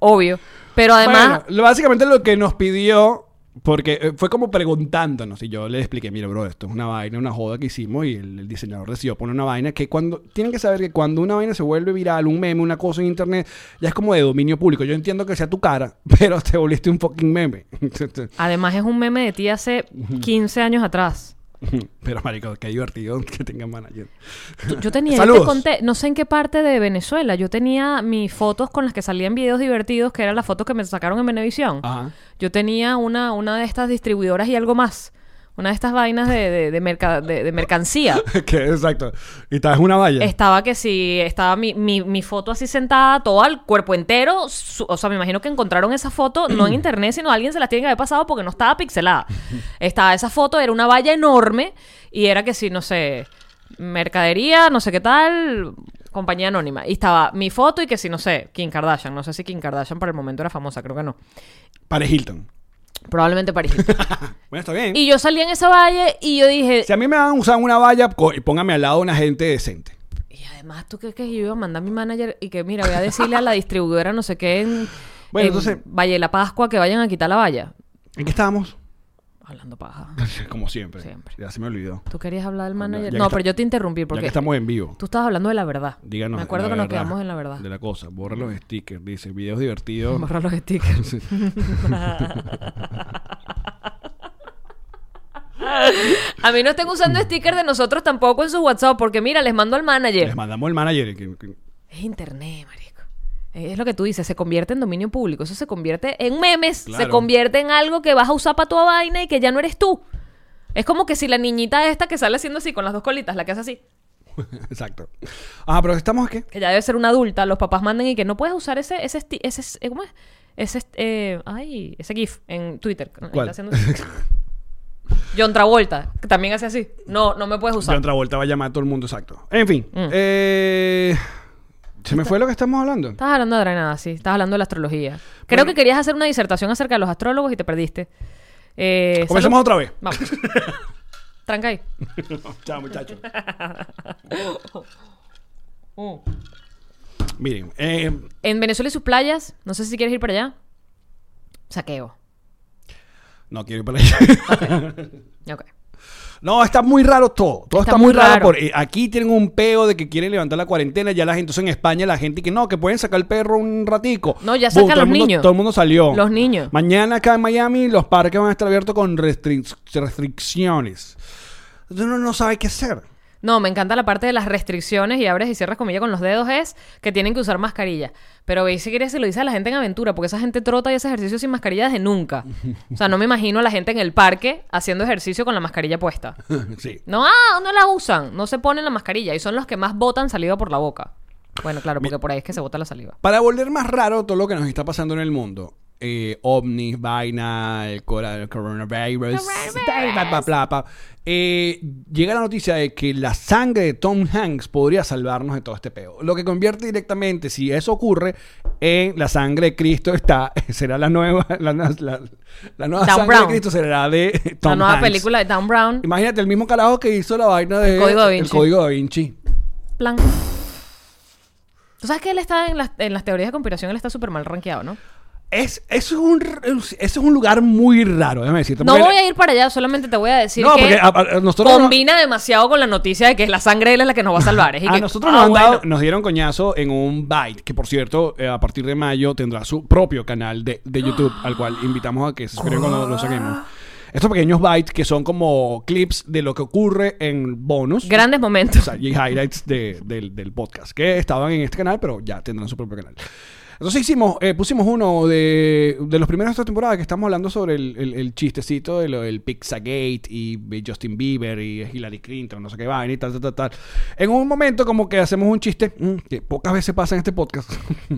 S4: Obvio. Pero además,
S3: Bueno, lo- básicamente lo que nos pidió, porque eh, fue como preguntándonos, y yo le expliqué, mira, bro, esto es una vaina, una joda que hicimos, y el, el diseñador decidió poner una vaina que cuando, tienen que saber que cuando una vaina se vuelve viral, un meme, una cosa en internet, ya es como de dominio público. Yo entiendo que sea tu cara, pero te volviste un fucking meme.
S4: además es un meme de ti hace 15 años atrás.
S3: pero, marico, qué divertido que tenga manager.
S4: Tú- Yo tenía, yo te
S3: Saludos.
S4: conté, no sé en qué parte de Venezuela, yo tenía mis fotos con las que salían videos divertidos, que eran
S3: Ah.
S4: las fotos que me sacaron en Venevisión.
S3: Ajá.
S4: Yo tenía una, una de estas distribuidoras y algo más. Una de estas vainas de, de, de merca- de- de mercancía.
S3: que, exacto. Y tal vez una valla.
S4: Estaba que sí, estaba mi, mi- mi foto así sentada, toda el cuerpo entero. su- o sea, me imagino que encontraron esa foto, no en internet, sino alguien se las tiene que haber pasado porque no estaba pixelada. Estaba esa foto, era una valla enorme y era que sí, no sé, mercadería, no sé qué tal, compañía anónima. Y estaba mi foto y que sí, no sé, Kim Kardashian. No sé si Kim Kardashian para el momento era famosa, creo que no.
S3: Paris Hilton. Ah,
S4: Probablemente Paris. Hilton.
S3: Bueno, está bien.
S4: y yo salí en esa valla y yo dije,
S3: Si a mí me van a usar una valla, co- póngame al lado una gente decente.
S4: Y además, ¿tú crees que yo iba a mandar a mi manager y que, mira, voy a decirle a la distribuidora no sé qué en,
S3: Bueno,
S4: en
S3: entonces-
S4: Valle de la Pascua que vayan a quitar la valla?
S3: ¿En qué estábamos?
S4: Hablando paja.
S3: Como siempre.
S4: Siempre.
S3: Ya se me olvidó.
S4: ¿Tú querías hablar del
S3: ya
S4: manager?
S3: que
S4: No,
S3: está-
S4: pero yo te interrumpí
S3: Ya
S4: porque
S3: que estamos en vivo.
S4: tú estabas hablando de la verdad.
S3: Díganos.
S4: Me acuerdo
S3: la
S4: que nos
S3: verdad
S4: quedamos en la verdad.
S3: De la cosa. Borra los stickers. Dice, videos divertidos.
S4: Borra los stickers. a mí no estén usando stickers de nosotros tampoco en sus WhatsApp porque, mira, les mando al manager.
S3: Les mandamos el manager. que- que-
S4: Es internet, marico. Eh, Es lo que tú dices, se convierte en dominio público. Eso se convierte en memes, se
S3: Claro.
S4: convierte en algo que vas a usar para tu vaina y que ya no eres tú. Es como que si la niñita esta que sale haciendo así con las dos colitas, la que hace así,
S3: Exacto. Ah, pero estamos qué?
S4: que ya debe ser una adulta, los papás mandan y que no puedes usar ese, ese, esti- ese, eh, ¿cómo es? Ese, est- eh, ay, ese GIF en Twitter. Ahí
S3: ¿Cuál?
S4: está haciendo así. John Travolta, que también hace así. No, no me puedes
S3: De
S4: usar.
S3: otra vuelta va a llamar a todo el mundo, exacto. En fin.
S4: Mm.
S3: eh, ¿Se me fue lo que estamos hablando?
S4: Estás hablando de Granada, sí. Estás hablando de la astrología. Creo
S3: Bueno.
S4: que querías hacer una disertación acerca de los astrólogos y te perdiste. Eh,
S3: Comencemos
S4: salud.
S3: otra vez. Oh,
S4: Vamos. Tranca ahí.
S3: Chao, muchachos. Miren, eh,
S4: En Venezuela y sus playas, no sé si quieres ir para allá. Saqueo.
S3: no quiero ir para allá.
S4: Ok.
S3: No, está muy raro todo. Todo está,
S4: Está
S3: muy
S4: muy
S3: raro.
S4: raro.
S3: por- eh, aquí tienen un peo de que quieren levantar la cuarentena. Ya la gente, entonces en España la gente que no, que pueden sacar el perro un ratico.
S4: No, ya sacan
S3: todo el
S4: los
S3: mundo-
S4: niños.
S3: todo el mundo salió.
S4: Los niños.
S3: Mañana acá en Miami los parques van a estar abiertos con restric- restricciones. Uno no sabe qué hacer.
S4: No, me encanta la parte de las restricciones y abres y cierras comillas con los dedos es que tienen que usar mascarilla. Pero veis si quieres se lo dice a la gente en aventura, porque esa gente trota y hace ejercicio sin mascarilla desde nunca. O sea, no me imagino a la gente en el parque haciendo ejercicio con la mascarilla puesta.
S3: sí.
S4: No, ah, no la usan, no se ponen la mascarilla y son los que más botan saliva por la boca. Bueno, claro, porque por ahí es que se bota la saliva.
S3: Para volver más raro todo lo que nos está pasando en el mundo. Eh, ovnis, vaina, el cora- el coronavirus. bla, bla, bla, bla. Eh, llega la noticia de que la sangre de Tom Hanks podría salvarnos de todo este peo. Lo que convierte directamente, si eso ocurre, en la sangre de Cristo está, será la nueva, la, la- la nueva
S4: Dan
S3: sangre de
S4: Brown.
S3: Cristo será de Tom
S4: la nueva
S3: Hanks.
S4: película de Dan Brown,
S3: Imagínate el mismo carajo que hizo la vaina de
S4: Código Da Vinci.
S3: El Código Da Vinci.
S4: plan. Tú sabes que él está en las, en las teorías de conspiración, él está súper mal rankeado, ¿no?
S3: Es, eso, es un, r- eso es un lugar muy raro, déjame decirte.
S4: No
S3: porque-
S4: voy a ir para allá, solamente te voy a decir
S3: No,
S4: que
S3: porque a- a- a nosotros no-
S4: combina demasiado con la noticia de que la sangre de él es la que nos va a salvar. Es y
S3: A
S4: que,
S3: nosotros
S4: ah,
S3: nos, han dado-
S4: bueno.
S3: nos dieron coñazo en un Byte, que por cierto, eh, a partir de mayo tendrá su propio canal de, de YouTube, al cual invitamos a que se suscriban cuando lo saquemos. Estos pequeños Bytes que son como clips de lo que ocurre en bonus.
S4: Grandes momentos.
S3: O sea, y highlights de- del, del podcast que estaban en este canal, pero ya tendrán su propio canal. Entonces hicimos, eh, pusimos uno de, de los primeros de esta temporada que estamos hablando sobre el, el- el chistecito de lo del Pizzagate y de Justin Bieber y Hillary Clinton, no sé qué vaina y tal, tal, tal, tal. En un momento como que hacemos un chiste mm, que pocas veces pasa en este podcast.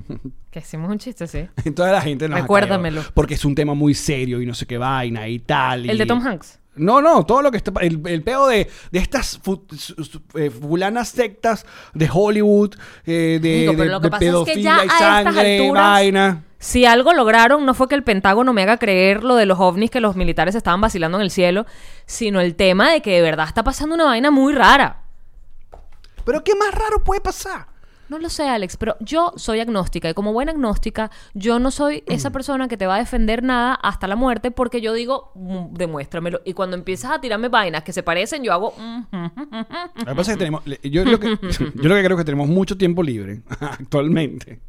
S4: Que hicimos un chiste, sí.
S3: Entonces la gente nos ha
S4: Recuérdamelo.
S3: caído, Porque es un tema muy serio y no sé qué vaina y tal. y-
S4: El de Tom Hanks.
S3: no, no, todo lo que está. El, el peo de, de estas fu- su- su- eh, fulanas sectas de Hollywood, eh, de,
S4: Nico, pero
S3: de-
S4: lo que
S3: de
S4: pasa es que
S3: pedofilia
S4: ya
S3: y
S4: a estas
S3: sangre,
S4: alturas-
S3: vaina.
S4: Si algo lograron, no fue que el Pentágono me haga creer lo de los ovnis que los militares estaban vacilando en el cielo, sino el tema de que de verdad está pasando una vaina muy rara.
S3: Pero ¿qué más raro puede pasar?
S4: No lo sé, Alex, pero yo soy agnóstica y como buena agnóstica, yo no soy esa persona que te va a defender nada hasta la muerte porque yo digo, "Mm, demuéstramelo. Y cuando empiezas a tirarme vainas que se parecen, yo hago... "Mm, mm, mm, mm, mm".
S3: Lo que pasa es que tenemos. le- Yo lo que, yo lo que creo es que tenemos mucho tiempo libre actualmente.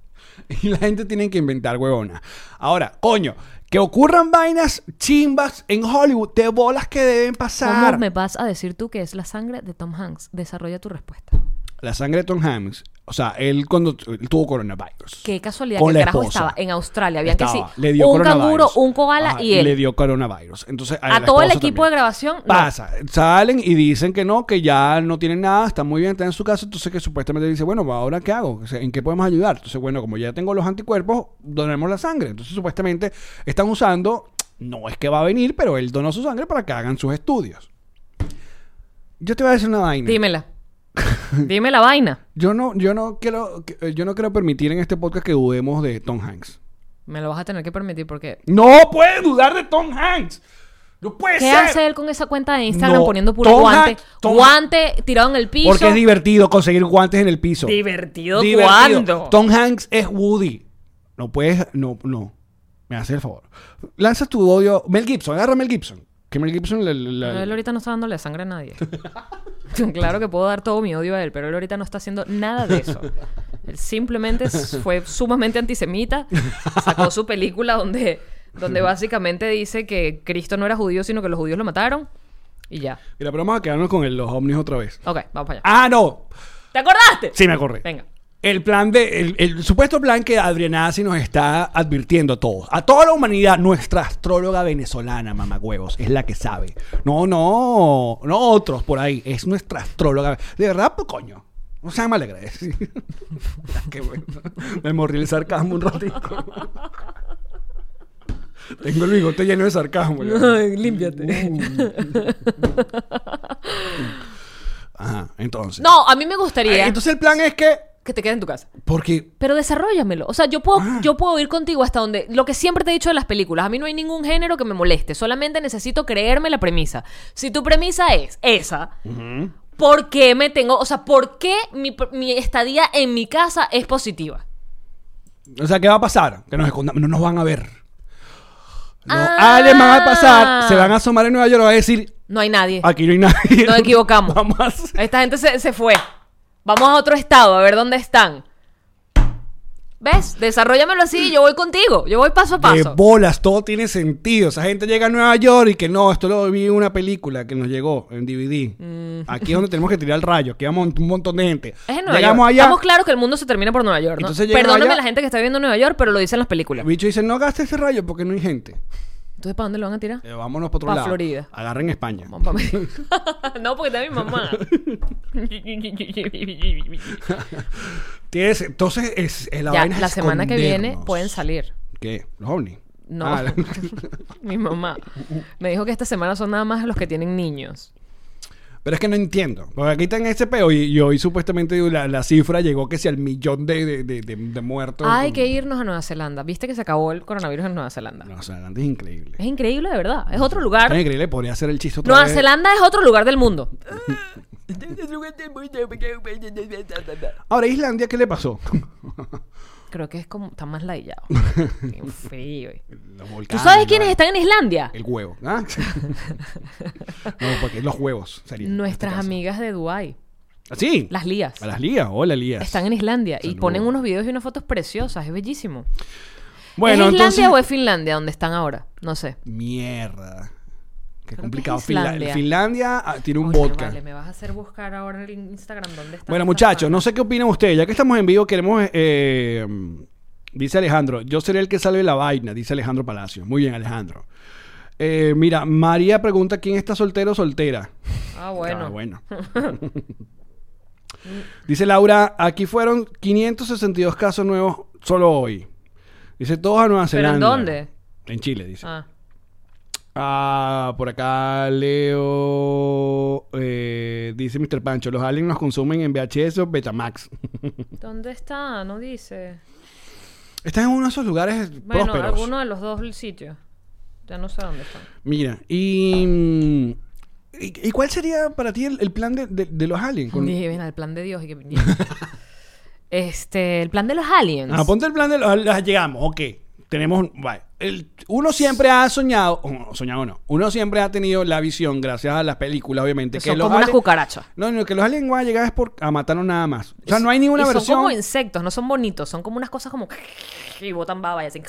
S3: Y la gente tiene que inventar huevona. Ahora, coño, que ocurran vainas chimbas en Hollywood de bolas que deben pasar.
S4: ¿Cómo me vas a decir tú que es la sangre de Tom Hanks? Desarrolla tu respuesta.
S3: la sangre de Tom Hanks, o sea, él cuando t- él tuvo coronavirus.
S4: Qué casualidad
S3: Con
S4: que
S3: la
S4: el carajo
S3: esposa.
S4: estaba en Australia. Habían que sí.
S3: Estaba, le dio
S4: un
S3: coronavirus.
S4: canguro, un koala
S3: Ajá,
S4: y él.
S3: Le dio coronavirus. Entonces,
S4: A
S3: la
S4: todo el
S3: esposa
S4: equipo de grabación, no.
S3: Pasa. Salen y dicen que no, que ya no tienen nada, están muy bien, están en su casa. Entonces, que supuestamente dice, bueno, ¿ahora qué hago? O sea, ¿En qué podemos ayudar? Entonces, bueno, como ya tengo los anticuerpos, donemos la sangre. Entonces, supuestamente están usando, no es que va a venir, pero él donó su sangre para que hagan sus estudios. Yo te voy a decir una vaina.
S4: Dímela. Dime la vaina.
S3: Yo no, yo no quiero, que- eh, yo no quiero permitir en este podcast que dudemos de Tom Hanks.
S4: Me lo vas a tener que permitir porque.
S3: No puedes dudar de Tom Hanks. No puede
S4: ¿Qué
S3: ser.
S4: hace él con esa cuenta de Instagram
S3: No,
S4: poniendo puro
S3: Tom
S4: guante?
S3: Hanks- Tom-
S4: guante tirado en el piso.
S3: Porque es divertido conseguir guantes en el piso.
S4: divertido.
S3: Divertido.
S4: ¿Cuándo?
S3: Tom Hanks es Woody. No puedes, no, no. Me haces el favor. Lanzas tu odio. Mel Gibson, agarra a Mel Gibson. Que Mel Gibson le- le- le-
S4: Pero él ahorita no está dándole sangre a nadie. claro que puedo dar todo mi odio a él, pero él ahorita no está haciendo nada de eso. Él simplemente s- fue sumamente antisemita, sacó su película donde, donde básicamente dice que Cristo no era judío, sino que los judíos lo mataron. Y ya.
S3: Mira, pero vamos a quedarnos con el- los ovnis otra vez.
S4: Ok, vamos para allá.
S3: Ah, no.
S4: ¿Te acordaste?
S3: Sí, me acordé.
S4: Venga.
S3: El plan de. El, el supuesto plan que Adrianazzi nos está advirtiendo a todos. A toda la humanidad, nuestra astróloga venezolana, mamagüevos, es la que sabe. No, no, no otros por ahí. Es nuestra astróloga. De verdad, pues, coño. No sean malagradecidos. Qué bueno. Me morí el sarcasmo un ratito. Tengo el bigote lleno de sarcasmo. ya.
S4: límpiate.
S3: Ajá, entonces.
S4: No, a mí me gustaría
S3: Entonces el plan es que.
S4: que te quedes en tu casa.
S3: Porque
S4: Pero desarrollamelo. O sea, yo puedo, yo puedo ir contigo hasta donde. Lo que siempre te he dicho de las películas. A mí no hay ningún género que me moleste. Solamente necesito creerme la premisa. Si tu premisa es esa, ¿por qué me tengo. O sea, ¿por qué mi, mi estadía en mi casa es positiva?
S3: O sea, ¿qué va a pasar? Que nos escondamos, no nos van a ver. Los
S4: Ah.
S3: aliens van a pasar, se van a asomar en Nueva York, van a decir,
S4: No hay nadie.
S3: aquí no hay nadie.
S4: Nos equivocamos.
S3: Vamos a hacer-
S4: Esta gente se, se fue. Vamos a otro estado a ver dónde están. ¿Ves? Desarróllamelo así y yo voy contigo. Yo voy paso a
S3: De
S4: paso.
S3: bolas, todo tiene sentido. Esa gente llega a Nueva York y que no, esto lo vi en una película que nos llegó en DVD. Aquí es donde tenemos que tirar el rayo, aquí vamos un montón de gente.
S4: Mm. Es en Nueva
S3: Llegamos
S4: York.
S3: allá.
S4: Estamos claros que el mundo se termina por Nueva York, ¿no?
S3: Entonces llegan
S4: Perdóname
S3: allá-
S4: a la gente que está viendo Nueva York, pero lo dicen las
S3: El
S4: películas.
S3: bicho dice, no gastes ese rayo porque no hay gente.
S4: Entonces, ¿para dónde lo van a tirar?
S3: Eh, vámonos para otro
S4: Pa'
S3: lado.
S4: Florida.
S3: Agarren España.
S4: Vamos pa' México. no, porque está mi mamá.
S3: Tienes- entonces, es, es la
S4: ya,
S3: vaina es
S4: la semana que viene
S3: escondernos.
S4: pueden salir.
S3: ¿Qué? ¿Los ovnis?
S4: No.
S3: Ah, la-
S4: mi mamá me dijo que esta semana son nada más los que tienen niños.
S3: Pero es que no entiendo. Porque aquí está en ese peo y, y hoy supuestamente la, la cifra llegó que si al millón de, de, de- de- de muertos.
S4: Hay que irnos a Nueva Zelanda. Viste que se acabó el coronavirus en Nueva Zelanda.
S3: Nueva Zelanda es increíble.
S4: Es increíble, de verdad. Es otro lugar.
S3: Tan increíble, podría hacer el chiste otra
S4: Nueva
S3: vez.
S4: Zelanda es otro lugar del mundo.
S3: Ahora, Islandia, ¿qué le pasó?
S4: Creo que es como. Está más ladillado. Qué frío.
S3: Los
S4: ¿Tú
S3: volcanes,
S4: sabes
S3: la
S4: quiénes
S3: vaina.
S4: están en Islandia?
S3: El huevo. ¿ah? no, porque los huevos serían. en
S4: Nuestras
S3: este
S4: amigas de Dubai,
S3: caso. ¿Ah, sí?
S4: las Lías.
S3: A las lías. Hola, lías.
S4: Están en Islandia y
S3: Saludos.
S4: ponen unos videos y unas fotos preciosas, es bellísimo.
S3: Bueno,
S4: ¿Es Islandia
S3: entonces.
S4: o es Finlandia donde están ahora? No sé.
S3: Mierda. Qué
S4: es
S3: complicado. Finlandia,
S4: Islandia.
S3: Finlandia ah, tiene un
S4: Oye,
S3: vodka.
S4: vale, me vas a hacer buscar ahora en Instagram dónde están.
S3: Bueno,
S4: estas
S3: muchachos,
S4: vainas.
S3: no sé qué opinan ustedes. Ya que estamos en vivo, queremos. eh, dice Alejandro, yo seré el que salve la vaina, dice Alejandro Palacio. Muy bien, Alejandro. Eh, mira, María pregunta: ¿quién está soltero o soltera?
S4: Ah, bueno.
S3: Ah, bueno. Dice Laura: aquí fueron 562 casos nuevos solo hoy. Dice todos a Nueva
S4: ¿Pero en
S3: Zelanda.
S4: dónde?
S3: En Chile, dice.
S4: Ah.
S3: Ah, por acá Leo eh, dice Mr. Pancho, los aliens nos consumen en VHS o Betamax.
S4: ¿Dónde está? No dice.
S3: Están en uno de esos lugares
S4: Bueno,
S3: prósperos.
S4: alguno de los dos sitios. Ya no sé dónde están.
S3: Mira, y, y... y cuál sería para ti el, el plan de, de- de los aliens? Con-
S4: Dije, mira, el plan de Dios. y que- este, el plan de los aliens.
S3: Ah, ponte el plan de los aliens. Llegamos, ok. Tenemos... un- vale. El- uno siempre ha soñado... o- Soñado no. Uno siempre ha tenido la visión, gracias a las películas, obviamente.
S4: que son
S3: los
S4: como unas
S3: aliens-
S4: cucarachas.
S3: No, no, que los aliens van a llegar es por, a matarnos nada más. O sea, no hay ninguna
S4: y son
S3: versión...
S4: como insectos, no son bonitos, son como unas cosas como y botan baba y así.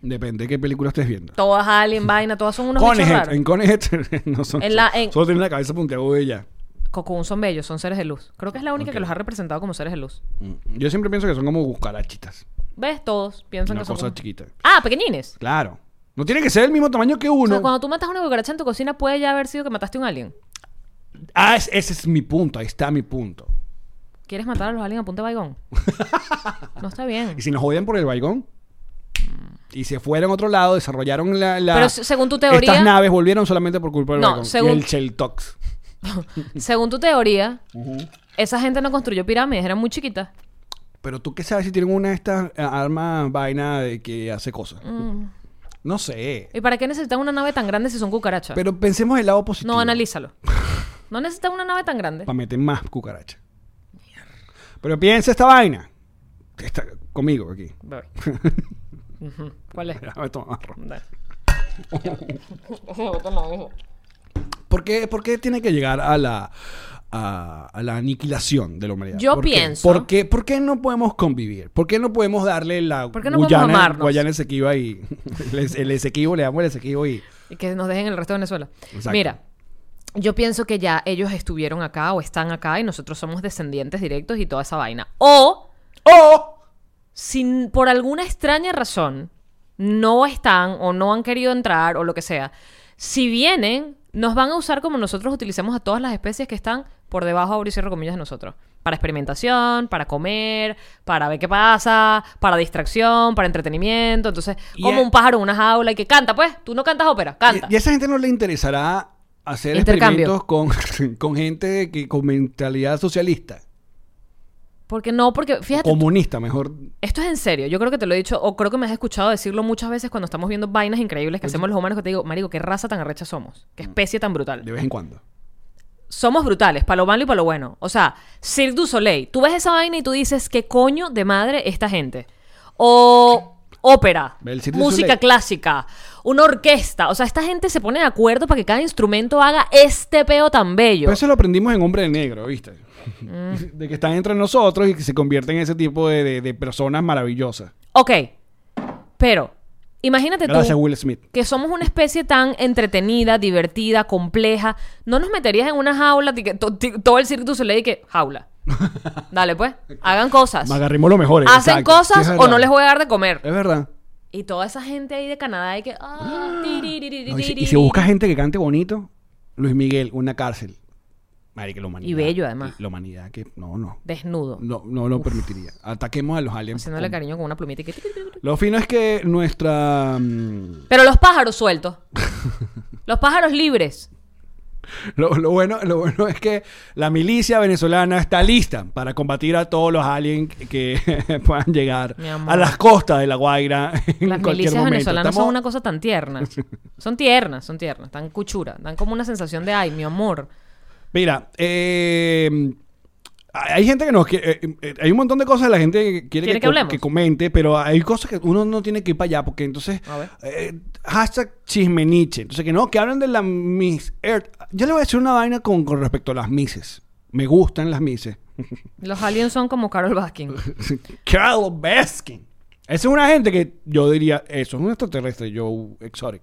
S3: Depende de qué película estés viendo.
S4: Todas alien vaina, todas son unos bichos
S3: Conehead,
S4: raros.
S3: en Conehead no son,
S4: En la- en-
S3: solo tienen la cabeza puntiaguda y ya.
S4: Cocoon son bellos, son seres de luz. Creo que es la única
S3: Ok.
S4: que los ha representado como seres de luz.
S3: Mm. Yo siempre pienso que son como cucarachitas.
S4: ¿Ves? Todos piensan
S3: Una
S4: que son.
S3: cosa
S4: como-
S3: chiquita.
S4: Ah, pequeñines.
S3: Claro. No tiene que ser el mismo tamaño que
S4: O sea,
S3: uno.
S4: cuando tú matas una cucaracha en tu cocina, puede ya haber sido que mataste a un alien.
S3: Ah, es- ese es mi punto. Ahí está mi punto.
S4: ¿Quieres matar a los aliens a punta de baigón? No está bien.
S3: Y si nos jodían por el baigón y se fueron a otro lado, desarrollaron la. la-
S4: Pero se- según tu teoría-
S3: Estas naves volvieron solamente por culpa del
S4: No,
S3: baigón.
S4: según-
S3: Y el Cheltox.
S4: Según tu teoría, esa gente no construyó pirámides, eran muy chiquitas.
S3: Pero tú qué sabes si tienen una de estas eh, armas vaina de que hace cosas.
S4: Mm.
S3: No sé.
S4: ¿Y para qué necesitan una nave tan grande si son cucarachas?
S3: Pero pensemos el lado positivo.
S4: No, analízalo. No necesitan una nave tan grande.
S3: Para meter más cucaracha. Pero piensa esta vaina. Está conmigo aquí.
S4: Voy. Ujú. ¿Cuál es?
S3: A ver, toma, agarro.
S4: Dale.
S3: ¿Por qué, por qué tiene que llegar a la, a, a la aniquilación de la humanidad?
S4: Yo
S3: ¿Por qué?
S4: pienso-
S3: ¿Por qué, por qué no podemos convivir? ¿Por qué no podemos darle la
S4: ¿Por qué no podemos amarnos?
S3: Guayana Esequiba y el, es- el Esequibo, le damos el Esequibo y...
S4: Y que nos dejen el resto de Venezuela.
S3: Exacto.
S4: Mira, yo pienso que ya ellos estuvieron acá o están acá y nosotros somos descendientes directos y toda esa vaina. O,
S3: ¡Oh!
S4: si por alguna extraña razón no están o no han querido entrar o lo que sea, si vienen, nos van a usar como nosotros utilizamos a todas las especies que están por debajo, abro y cierro comillas, de nosotros. Para experimentación, para comer, para ver qué pasa, para distracción, para entretenimiento. Entonces,
S3: Y
S4: como
S3: es-
S4: un pájaro en una jaula y que canta, pues. Tú no cantas ópera, canta.
S3: Y, y a esa gente no le interesará hacer
S4: Intercambio.
S3: experimentos con, con gente que, con mentalidad socialista.
S4: Porque no, porque fíjate,
S3: Comunista, mejor.
S4: esto es en serio. Yo creo que te lo he dicho, o creo que me has escuchado decirlo muchas veces cuando estamos viendo vainas increíbles que hacemos los humanos, que te digo, Marico, qué raza tan arrecha somos, qué especie tan
S3: Mm. De
S4: brutal.
S3: vez en cuando.
S4: Somos brutales, para lo malo y para lo bueno. O sea, Cirque du Soleil, tú ves esa vaina y tú dices, qué coño de madre esta gente. O ópera,
S3: El Cirque du
S4: música
S3: Soleil.
S4: clásica, una orquesta. O sea, esta gente se pone de acuerdo para que cada instrumento haga este peo tan bello.
S3: Pero eso lo aprendimos en Hombre de Negro, ¿viste?
S4: Mm.
S3: De que están entre nosotros y que se convierten en ese tipo de, de- de personas maravillosas.
S4: Ok, pero imagínate tú...
S3: Gracias, Will Smith.
S4: que somos una especie tan entretenida, divertida, compleja, no nos meterías en una jaula, ti- que to- ti- todo el Cirque du Soleil y que jaula. Dale, pues, hagan cosas.
S3: Me agarrimos lo mejor.
S4: Hacen
S3: exacto. Sí,
S4: cosas
S3: es
S4: o
S3: verdad. Eh.
S4: no les voy a dar de comer.
S3: Es verdad.
S4: Y toda esa gente ahí de Canadá y que... ah, tiriririririri.
S3: No, y, si, y si busca gente que cante bonito, Luis Miguel, una cárcel. Marica, la humanidad.
S4: Y bello, además.
S3: La humanidad que no, no.
S4: Desnudo.
S3: No, no lo permitiría. Ataquemos a los aliens.
S4: Haciéndole cariño con una plumita y que...
S3: Lo fino es que nuestra. mm,
S4: Pero los pájaros sueltos. los pájaros libres.
S3: Lo, lo bueno, lo bueno es que la milicia venezolana está lista para combatir a todos los aliens que puedan llegar
S4: Mi amor.
S3: a las costas de La Guaira en
S4: Las
S3: cualquier
S4: milicias
S3: momento.
S4: venezolanas
S3: Estamos-
S4: son una cosa tan tierna. Son tiernas, son tiernas. Tan cuchura. Dan como una sensación de, ay, mi amor.
S3: Mira, eh, hay gente que nos quiere, eh, eh, hay un montón de cosas que la gente que quiere
S4: ¿Quiere
S3: que,
S4: que
S3: co-
S4: hablemos?
S3: que comente, pero hay cosas que uno no tiene que ir para allá porque entonces
S4: A ver.
S3: eh, hashtag chismeniche, entonces que no, que hablan de la Miss Earth. Yo le voy a decir una vaina con, con respecto a las Misses. Me gustan las Misses.
S4: Los aliens son como Carol Baskin.
S3: Carol Baskin. Esa es una gente que yo diría, eso es un extraterrestre, Joe Exotic.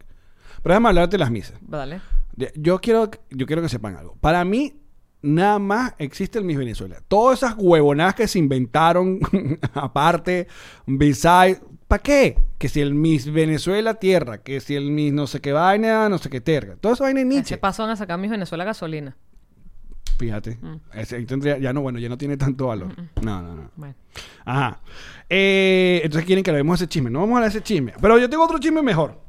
S3: Pero déjame hablarte de las Misses.
S4: Dale.
S3: De- Yo quiero, yo quiero que sepan algo. Para mí, nada más existe el Miss Venezuela. Todas esas huevonadas que se inventaron, aparte, beside, ¿para qué? Que si el Miss Venezuela tierra, que si el Miss no sé qué vaina, no sé qué terga. Toda esa vaina es
S4: Ese
S3: Nietzsche.
S4: paso van Este, a sacar mis Venezuela gasolina.
S3: Fíjate.
S4: Mm.
S3: Ese- ahí tendría- ya no, bueno, ya no tiene tanto valor. No, no, no.
S4: Bueno.
S3: Ajá. Eh, entonces quieren que hablemos de ese chisme. No vamos a hablar de ese chisme. Pero yo tengo otro chisme mejor.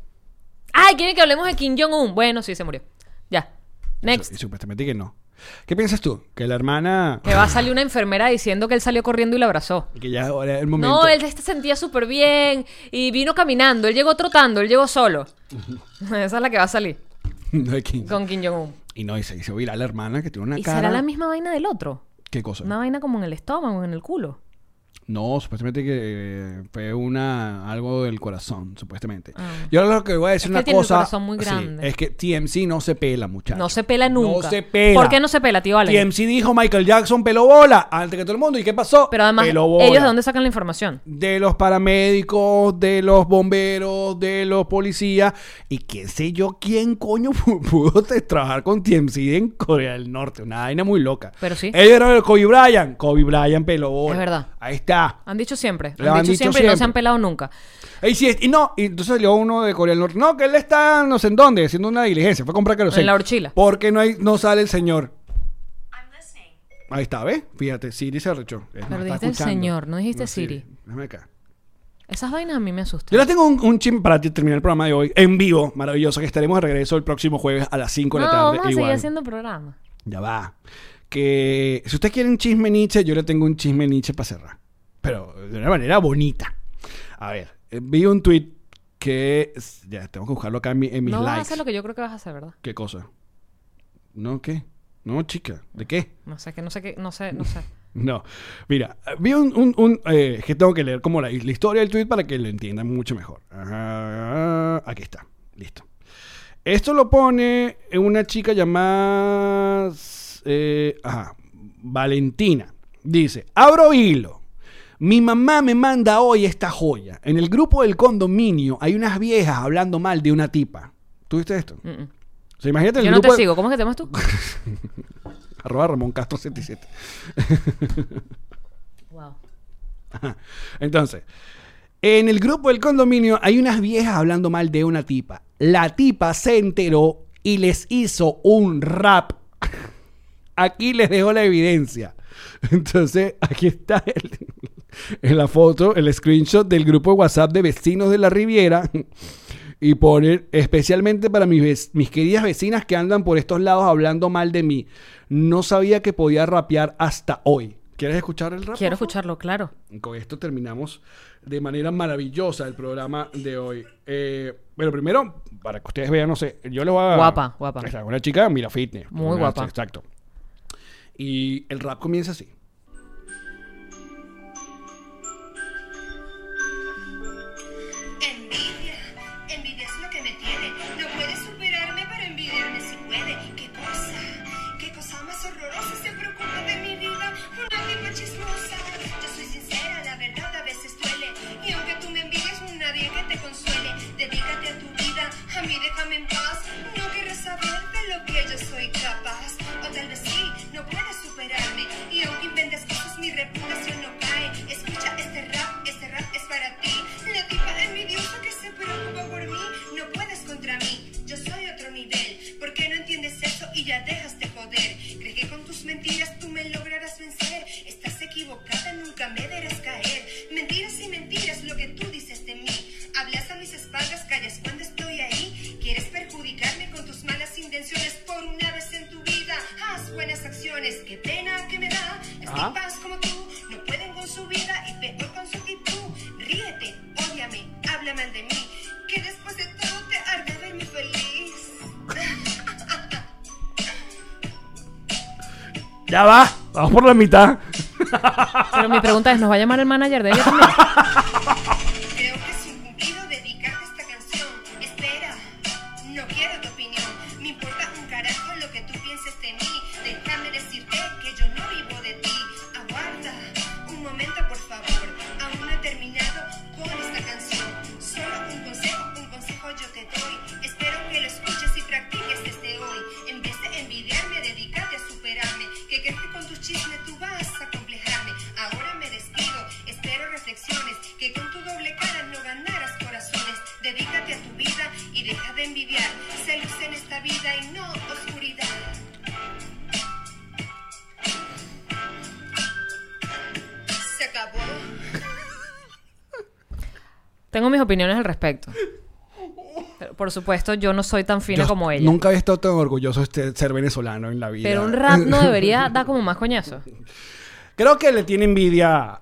S4: Ay, quieren que hablemos de Kim Jong-un. Bueno, sí, se murió. Ya.
S3: Y
S4: Next.
S3: supuestamente que no. ¿Qué piensas tú? Que la hermana...
S4: Que va a salir una enfermera diciendo que él salió corriendo y la abrazó.
S3: Que ya ahora es el momento.
S4: No, él se sentía súper bien y vino caminando. Él llegó trotando, él llegó solo. Esa es la que va a salir
S3: No hay 15.
S4: con Kim Jong-un.
S3: Y no, y se hizo viral la hermana que tiene una
S4: ¿Y
S3: cara.
S4: será la misma vaina del otro?
S3: ¿Qué cosa?
S4: Una vaina como en el estómago, en el culo.
S3: No, supuestamente que eh, fue una algo del corazón, supuestamente.
S4: Ah.
S3: Yo lo que voy a decir
S4: Es que
S3: una
S4: tiene el
S3: cosa.
S4: corazón muy
S3: sí,
S4: grande.
S3: es que TMC no se pela, muchachos.
S4: No se pela nunca.
S3: No se pela.
S4: ¿Por qué no se pela, tío Allen?
S3: TMC dijo Michael Jackson peló bola antes que todo el mundo. ¿Y qué pasó?
S4: Pero además,
S3: Peló bola.
S4: ¿ellos de dónde sacan la información?
S3: De los paramédicos, de los bomberos, de los policías. Y qué sé yo quién coño pu- pudo te- trabajar con TMC en Corea del Norte. Una vaina muy loca.
S4: Pero sí.
S3: Ellos eran el Kobe Bryant. Kobe Bryant peló bola.
S4: Es verdad.
S3: Ahí está.
S4: Han dicho siempre.
S3: Lo
S4: han,
S3: han
S4: dicho,
S3: dicho
S4: siempre, y no se
S3: siempre.
S4: han pelado nunca.
S3: Y, si es- y no, y entonces salió uno de Corea del Norte. No, que él está no sé en dónde, haciendo una diligencia. Fue a comprar kerosene.
S4: En la horchila.
S3: Porque no, hay, no sale el señor. Ahí está, ¿ves? Fíjate, Siri se arrechó. Es más,
S4: Pero
S3: está
S4: dijiste el
S3: escuchando.
S4: señor, no dijiste
S3: No,
S4: Siri.
S3: déjame acá.
S4: Esas vainas a mí me asustan.
S3: Yo les tengo un, un chin para terminar el programa de hoy en vivo, maravilloso, que estaremos de regreso el próximo jueves a las 5 de
S4: no,
S3: la tarde.
S4: vamos a seguir
S3: igual.
S4: haciendo programa.
S3: Ya va. Que si usted quiere un chisme Nietzsche, yo le tengo un chisme Nietzsche para cerrar. Pero de una manera bonita. A ver, eh, vi un tweet que. es- Ya, tengo que buscarlo acá en, mi- en mis
S4: No vas a
S3: likes.
S4: hacer lo que yo creo que vas a hacer, ¿verdad?
S3: ¿Qué cosa? ¿No qué? No, chica. ¿De qué?
S4: No sé, que no sé qué, no sé, no sé.
S3: No. Mira, vi un... un, un, eh, que tengo que leer como la, la historia del tweet para que lo entiendan mucho mejor. Ajá, aquí está. Listo. Esto lo pone una chica llamada... eh, ajá, Valentina. Dice, abro hilo. Mi mamá me manda hoy esta joya. En el grupo del condominio hay unas viejas hablando mal de una tipa. ¿Tuviste esto?
S4: Mm, mm.
S3: O sea, imagínate en
S4: Yo
S3: el
S4: no te
S3: grupo de-
S4: sigo. ¿Cómo es que te llamas tú?
S3: Arroba Ramón Castro 77.
S4: wow.
S3: Entonces, en el grupo del condominio hay unas viejas hablando mal de una tipa. La tipa se enteró y les hizo un rap. Aquí les dejo la evidencia. Entonces, aquí está el- en la foto, el screenshot del grupo de WhatsApp de vecinos de la Riviera. Y poner especialmente para mis, vec- mis queridas vecinas que andan por estos lados hablando mal de mí. No sabía que podía rapear hasta hoy. ¿Quieres escuchar el rap?
S4: Quiero
S3: por favor?
S4: escucharlo, claro.
S3: Con esto terminamos de manera maravillosa el programa de hoy. Eh, bueno, primero, para que ustedes vean, no sé, yo le voy a...
S4: Guapa, guapa.
S3: Esta, una chica, mira, fitness.
S4: Muy
S3: Una-
S4: guapa.
S3: Exacto. Y el rap comienza así.
S1: Envidia. Envidia es lo que me tiene. No puede superarme, pero envidiarme si puede. ¿Qué cosa? ¿Qué cosa más horrorosa se preocupa de mi vida? Una tipa chismosa. Yo soy sincera, la verdad a veces duele. Y aunque tú me envidies, no hay nadie que te consuele. Dedícate a tu vida, a mí déjame en paz. No querrás saber de lo que yo soy capaz. O tal vez sí, no puedes superarme. Y aunque inventes cosas, mi reputación no cae. Escucha este rap, este rap es para ti. La tipa envidiosa que se preocupa por mí. No puedes contra mí, yo soy otro nivel. ¿Por qué no entiendes eso y ya dejas de joder? Crees que con tus mentiras tú me lograrás vencer. Estás equivocada, nunca me verás caer. Mentiras y mentiras, lo que tú dices de mí. Hablas a mis espaldas, callas cuando estoy ahí. Quieres perjudicarme con tus malas intenciones por una vez en tu vida. Haz buenas acciones, qué pena que me da. Las
S3: Ajá.
S1: tipas como tú no pueden con su vida y peor con su actitud. Ríete, ódiame, habla mal de mí. Que después de todo te hará verme feliz.
S3: Ya va, vamos por la mitad.
S4: Pero mi pregunta es, ¿nos va a llamar el manager de ella también?
S1: Creo que es un cumplido dedicarte esta canción. Espera, no quiero tu opinión. Me importa un carajo lo que tú pienses de mí. Déjame decirte que yo no vivo de ti. Aguarda un momento, por favor. Aún no he terminado con esta canción. Solo un consejo, un consejo yo te doy. Espero que lo escuches y practiques desde hoy. En vez de envidiarme, dedícate a superarme. Que crees que con tus chismes tú vas a complejarme. Ahora me despido, espero reflexiones. Que con tu doble cara no ganarás corazones. Dedícate a tu vida y deja de envidiar. Se luz en esta vida y no oscuridad. Se acabó.
S4: Tengo mis opiniones al respecto. Pero, por supuesto, yo no soy tan fina
S3: Yo
S4: como ella.
S3: Nunca había estado tan orgulloso de este- ser venezolano en la vida.
S4: Pero un rap no debería dar como más coñazo.
S3: Creo que le tiene envidia.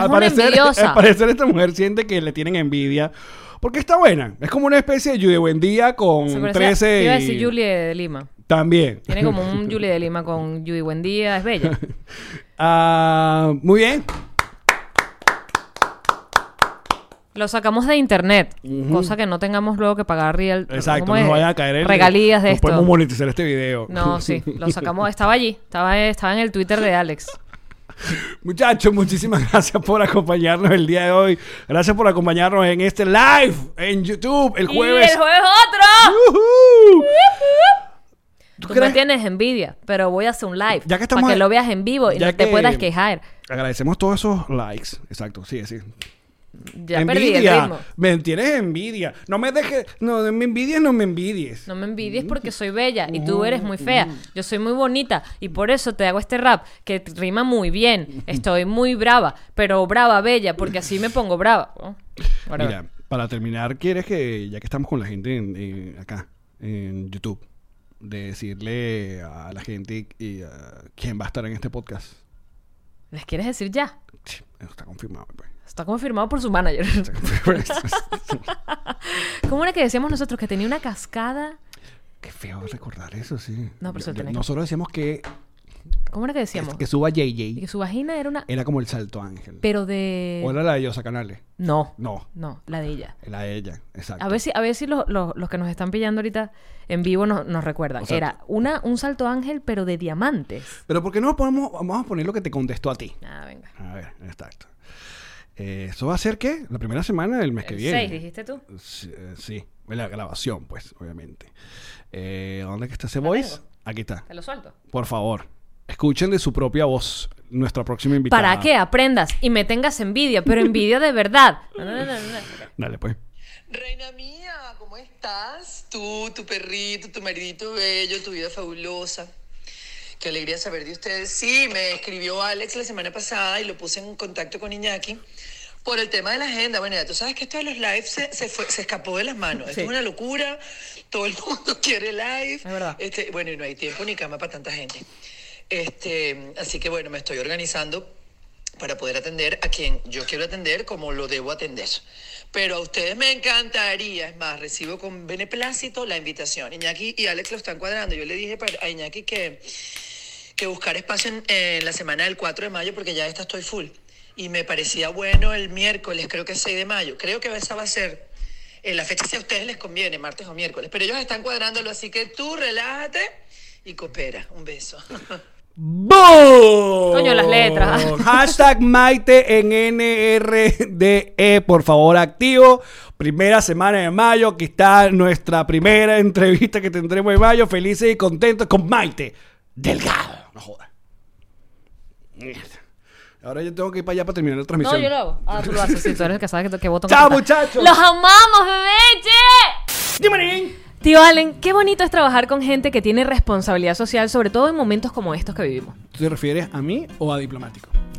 S3: Al
S4: una envidiosa.
S3: Al parecer esta mujer siente que le tienen envidia. Porque está buena. Es como una especie de Judy Buendía con
S4: Se parece a-
S3: 13
S4: te
S3: y...
S4: iba a decir Julie de Lima.
S3: También.
S4: Tiene como un Julie de Lima con Judy Buendía, es bella.
S3: Ah, muy bien.
S4: Lo sacamos de internet, cosa que no tengamos luego que pagar real,
S3: Exacto,
S4: ¿cómo
S3: no
S4: es?
S3: nos vaya a caer el,
S4: regalías de
S3: no
S4: esto.
S3: Podemos monetizar este video.
S4: No, sí, lo sacamos, estaba allí, estaba, estaba en el Twitter de Alex.
S3: Muchachos, muchísimas gracias por acompañarnos el día de hoy. Gracias por acompañarnos en este live en YouTube el
S4: Y
S3: jueves.
S4: el jueves otro.
S3: ¡Yujú!
S4: Tú, me
S3: crees?
S4: tienes envidia, pero voy a hacer un live
S3: Ya que estamos
S4: para que
S3: en-
S4: lo veas en vivo y
S3: ya
S4: no te
S3: que-
S4: puedas quejar.
S3: Agradecemos todos esos likes. Exacto, sí, sí.
S4: Ya perdí el
S3: envidia.
S4: ritmo.
S3: me tienes envidia. No me dejes, no me envidies, no me envidies.
S4: No me
S3: Mm.
S4: envidies porque soy bella y tú eres muy fea. Yo soy muy bonita y por eso te hago este rap que t- rima muy bien. Estoy muy brava, pero brava, bella, porque así me pongo brava. Oh, whatever.
S3: Mira, para terminar, quieres que, ya que estamos con la gente en- en- acá, en YouTube, decirle a la gente y, a quién va a estar en este podcast.
S4: ¿Les quieres decir ya?
S3: Sí, eso Está confirmado. pues.
S4: Está confirmado por su manager. ¿Cómo era que decíamos nosotros que tenía una cascada?
S3: Qué feo recordar eso, sí.
S4: No, pero eso
S3: Yo-
S4: lo
S3: yo-
S4: tenés.
S3: Nosotros decíamos que,
S4: ¿Cómo era que decíamos?
S3: que suba
S4: Y
S3: JJ.
S4: que su vagina era una...
S3: Era como el salto ángel.
S4: Pero de...
S3: o era la de Yosa Canales.
S4: No.
S3: No,
S4: No, la de ella.
S3: la de ella. Exacto.
S4: A ver si, a ver si los, los- los que nos están pillando ahorita en vivo nos, nos recuerdan.
S3: O sea,
S4: Era una, un salto ángel, pero de diamantes.
S3: Pero ¿por qué no ponemos, vamos a poner lo que te contestó a ti?
S4: Ah, venga.
S3: A ver, exacto. Eh, ¿Eso va a ser qué? La primera semana del mes que
S4: El
S3: viene.
S4: seis, dijiste tú.
S3: Sí, eh, sí, la grabación, pues, obviamente. Eh, ¿Dónde que está ese voice?
S4: tengo.
S3: Aquí está.
S4: Te lo suelto.
S3: Por favor, escuchen de su propia voz nuestra próxima invitada.
S4: Para que aprendas y me tengas envidia, pero envidia de verdad. No, no, no, no, no.
S3: Dale, pues.
S5: Reina mía, ¿cómo estás? Tú, tu perrito, tu maridito bello, tu vida fabulosa. Qué alegría saber de ustedes. Sí, me escribió Alex la semana pasada y lo puse en contacto con Iñaki por el tema de la agenda. Bueno, ya tú sabes que esto de los lives se, se fue- se escapó de las manos. Esto
S4: Sí.
S5: es una locura. Todo el mundo quiere live.
S4: Es verdad.
S5: Este, bueno, y no hay tiempo ni cama para tanta gente. Este, así que bueno, me estoy organizando para poder atender a quien yo quiero atender como lo debo atender. Pero a ustedes me encantaría, es más, recibo con beneplácito la invitación. Iñaki y Alex lo están cuadrando. Yo le dije para- a Iñaki que, que buscar espacio en, en la semana del 4 de mayo porque ya esta estoy full. Y me parecía bueno el miércoles, creo que es 6 de mayo. Creo que esa va a ser eh, la fecha si a ustedes les conviene, martes o miércoles. Pero ellos están cuadrándolo, así que tú relájate y coopera. Un beso.
S3: ¡Boom!
S4: Coño, las letras.
S3: Hashtag Maite en NRDE, E, por favor, activo. Primera semana de mayo, aquí está nuestra primera entrevista que tendremos en mayo. Felices y contentos con Maite Delgado. No jodas. Mierda. Ahora yo tengo que ir para allá para terminar la transmisión.
S4: No, yo lo hago. Ah, tú lo haces. Sí, tú eres el que sabes que, que botón.
S3: Pues Chao,
S4: apretar.
S3: muchachos.
S4: ¡Los amamos, bebé! ¡Che!
S3: ¡Dimarín!
S4: Tío Allen, qué bonito es trabajar con gente que tiene responsabilidad social, sobre todo en momentos como estos que vivimos.
S3: ¿Tú te refieres a mí o a diplomático?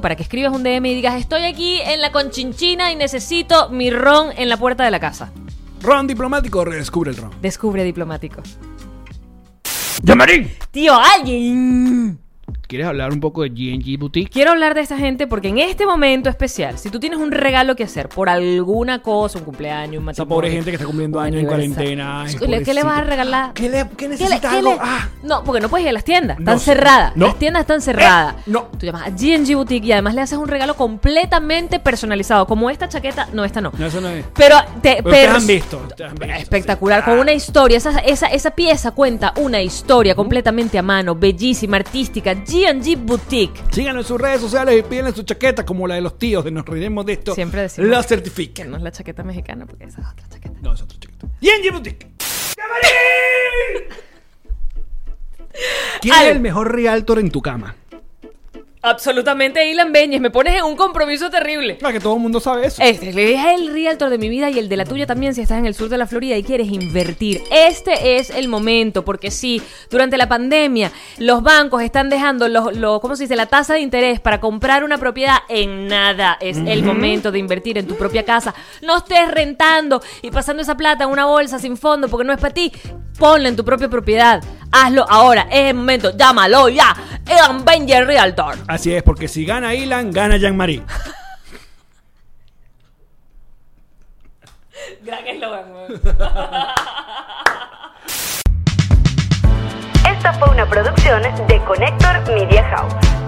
S4: para que escribas un DM y digas, estoy aquí en la conchinchina y necesito mi ron en la puerta de la casa.
S3: Ron diplomático, redescubre el ron.
S4: Descubre diplomático.
S3: ¡Yamarín!
S4: Tío, alguien.
S3: ¿Quieres hablar un poco de G&G Boutique?
S4: Quiero hablar de esta gente porque en este momento especial, si tú tienes un regalo que hacer por alguna cosa, un cumpleaños, un
S3: Esa
S4: matrimonio,
S3: pobre gente que está cumpliendo
S4: un
S3: años en
S4: aniversario.
S3: cuarentena. ay,
S4: ¿Qué le- ¿Qué le
S3: pobrecito.
S4: vas a regalar?
S3: ¿Qué, le, qué
S4: ¿Qué le-
S3: necesita
S4: qué
S3: algo?
S4: le-
S3: Ah,
S4: No, porque no puedes ir a las tiendas.
S3: No
S4: Están
S3: sé.
S4: cerradas.
S3: No.
S4: Las tiendas están cerradas.
S3: Eh, no.
S4: Tú llamas a GNG Boutique y además le haces un regalo completamente personalizado. Como esta chaqueta. No, esta no.
S3: no, eso no es.
S4: Pero te,
S3: Pero ustedes
S4: pers-
S3: han visto, ustedes han visto,
S4: Espectacular,
S3: sí.
S4: con
S3: Ah.
S4: una historia. Esa, esa, esa pieza cuenta una historia completamente a mano, bellísima, artística. GNG Boutique.
S3: Síganos en sus redes sociales y pídenle su chaqueta como la de los tíos, de nos reiremos de esto.
S4: Siempre decimos-
S3: La
S4: Que
S3: certifican.
S4: no es la chaqueta mexicana, porque esa es otra chaqueta.
S3: No, es otra chaqueta. G&G Boutique. ¡Yamarín! ¿Quién es
S4: Ale.
S3: el mejor realtor en tu cama?
S4: Absolutamente, Ilan Beñez. Me pones en un compromiso terrible.
S3: Ah, que todo el mundo sabe eso.
S4: Este le es el realtor de mi vida y el de la tuya también si estás en el sur de la Florida y quieres invertir. Este es el momento, porque sí, durante la pandemia los bancos están dejando los, los- ¿cómo se dice? la tasa de interés para comprar una propiedad en nada. Es el momento de invertir en tu propia casa. No estés rentando y pasando esa plata en una bolsa sin fondo porque no es para ti. Ponla en tu propia propiedad. Hazlo ahora. Es el momento. Llámalo ya. Edan Benjer Realtor.
S3: Así es, porque si gana Ilan, gana Jean-Marie.
S4: Gran eslogan, weón.
S6: Esta fue una producción de Connector Media House.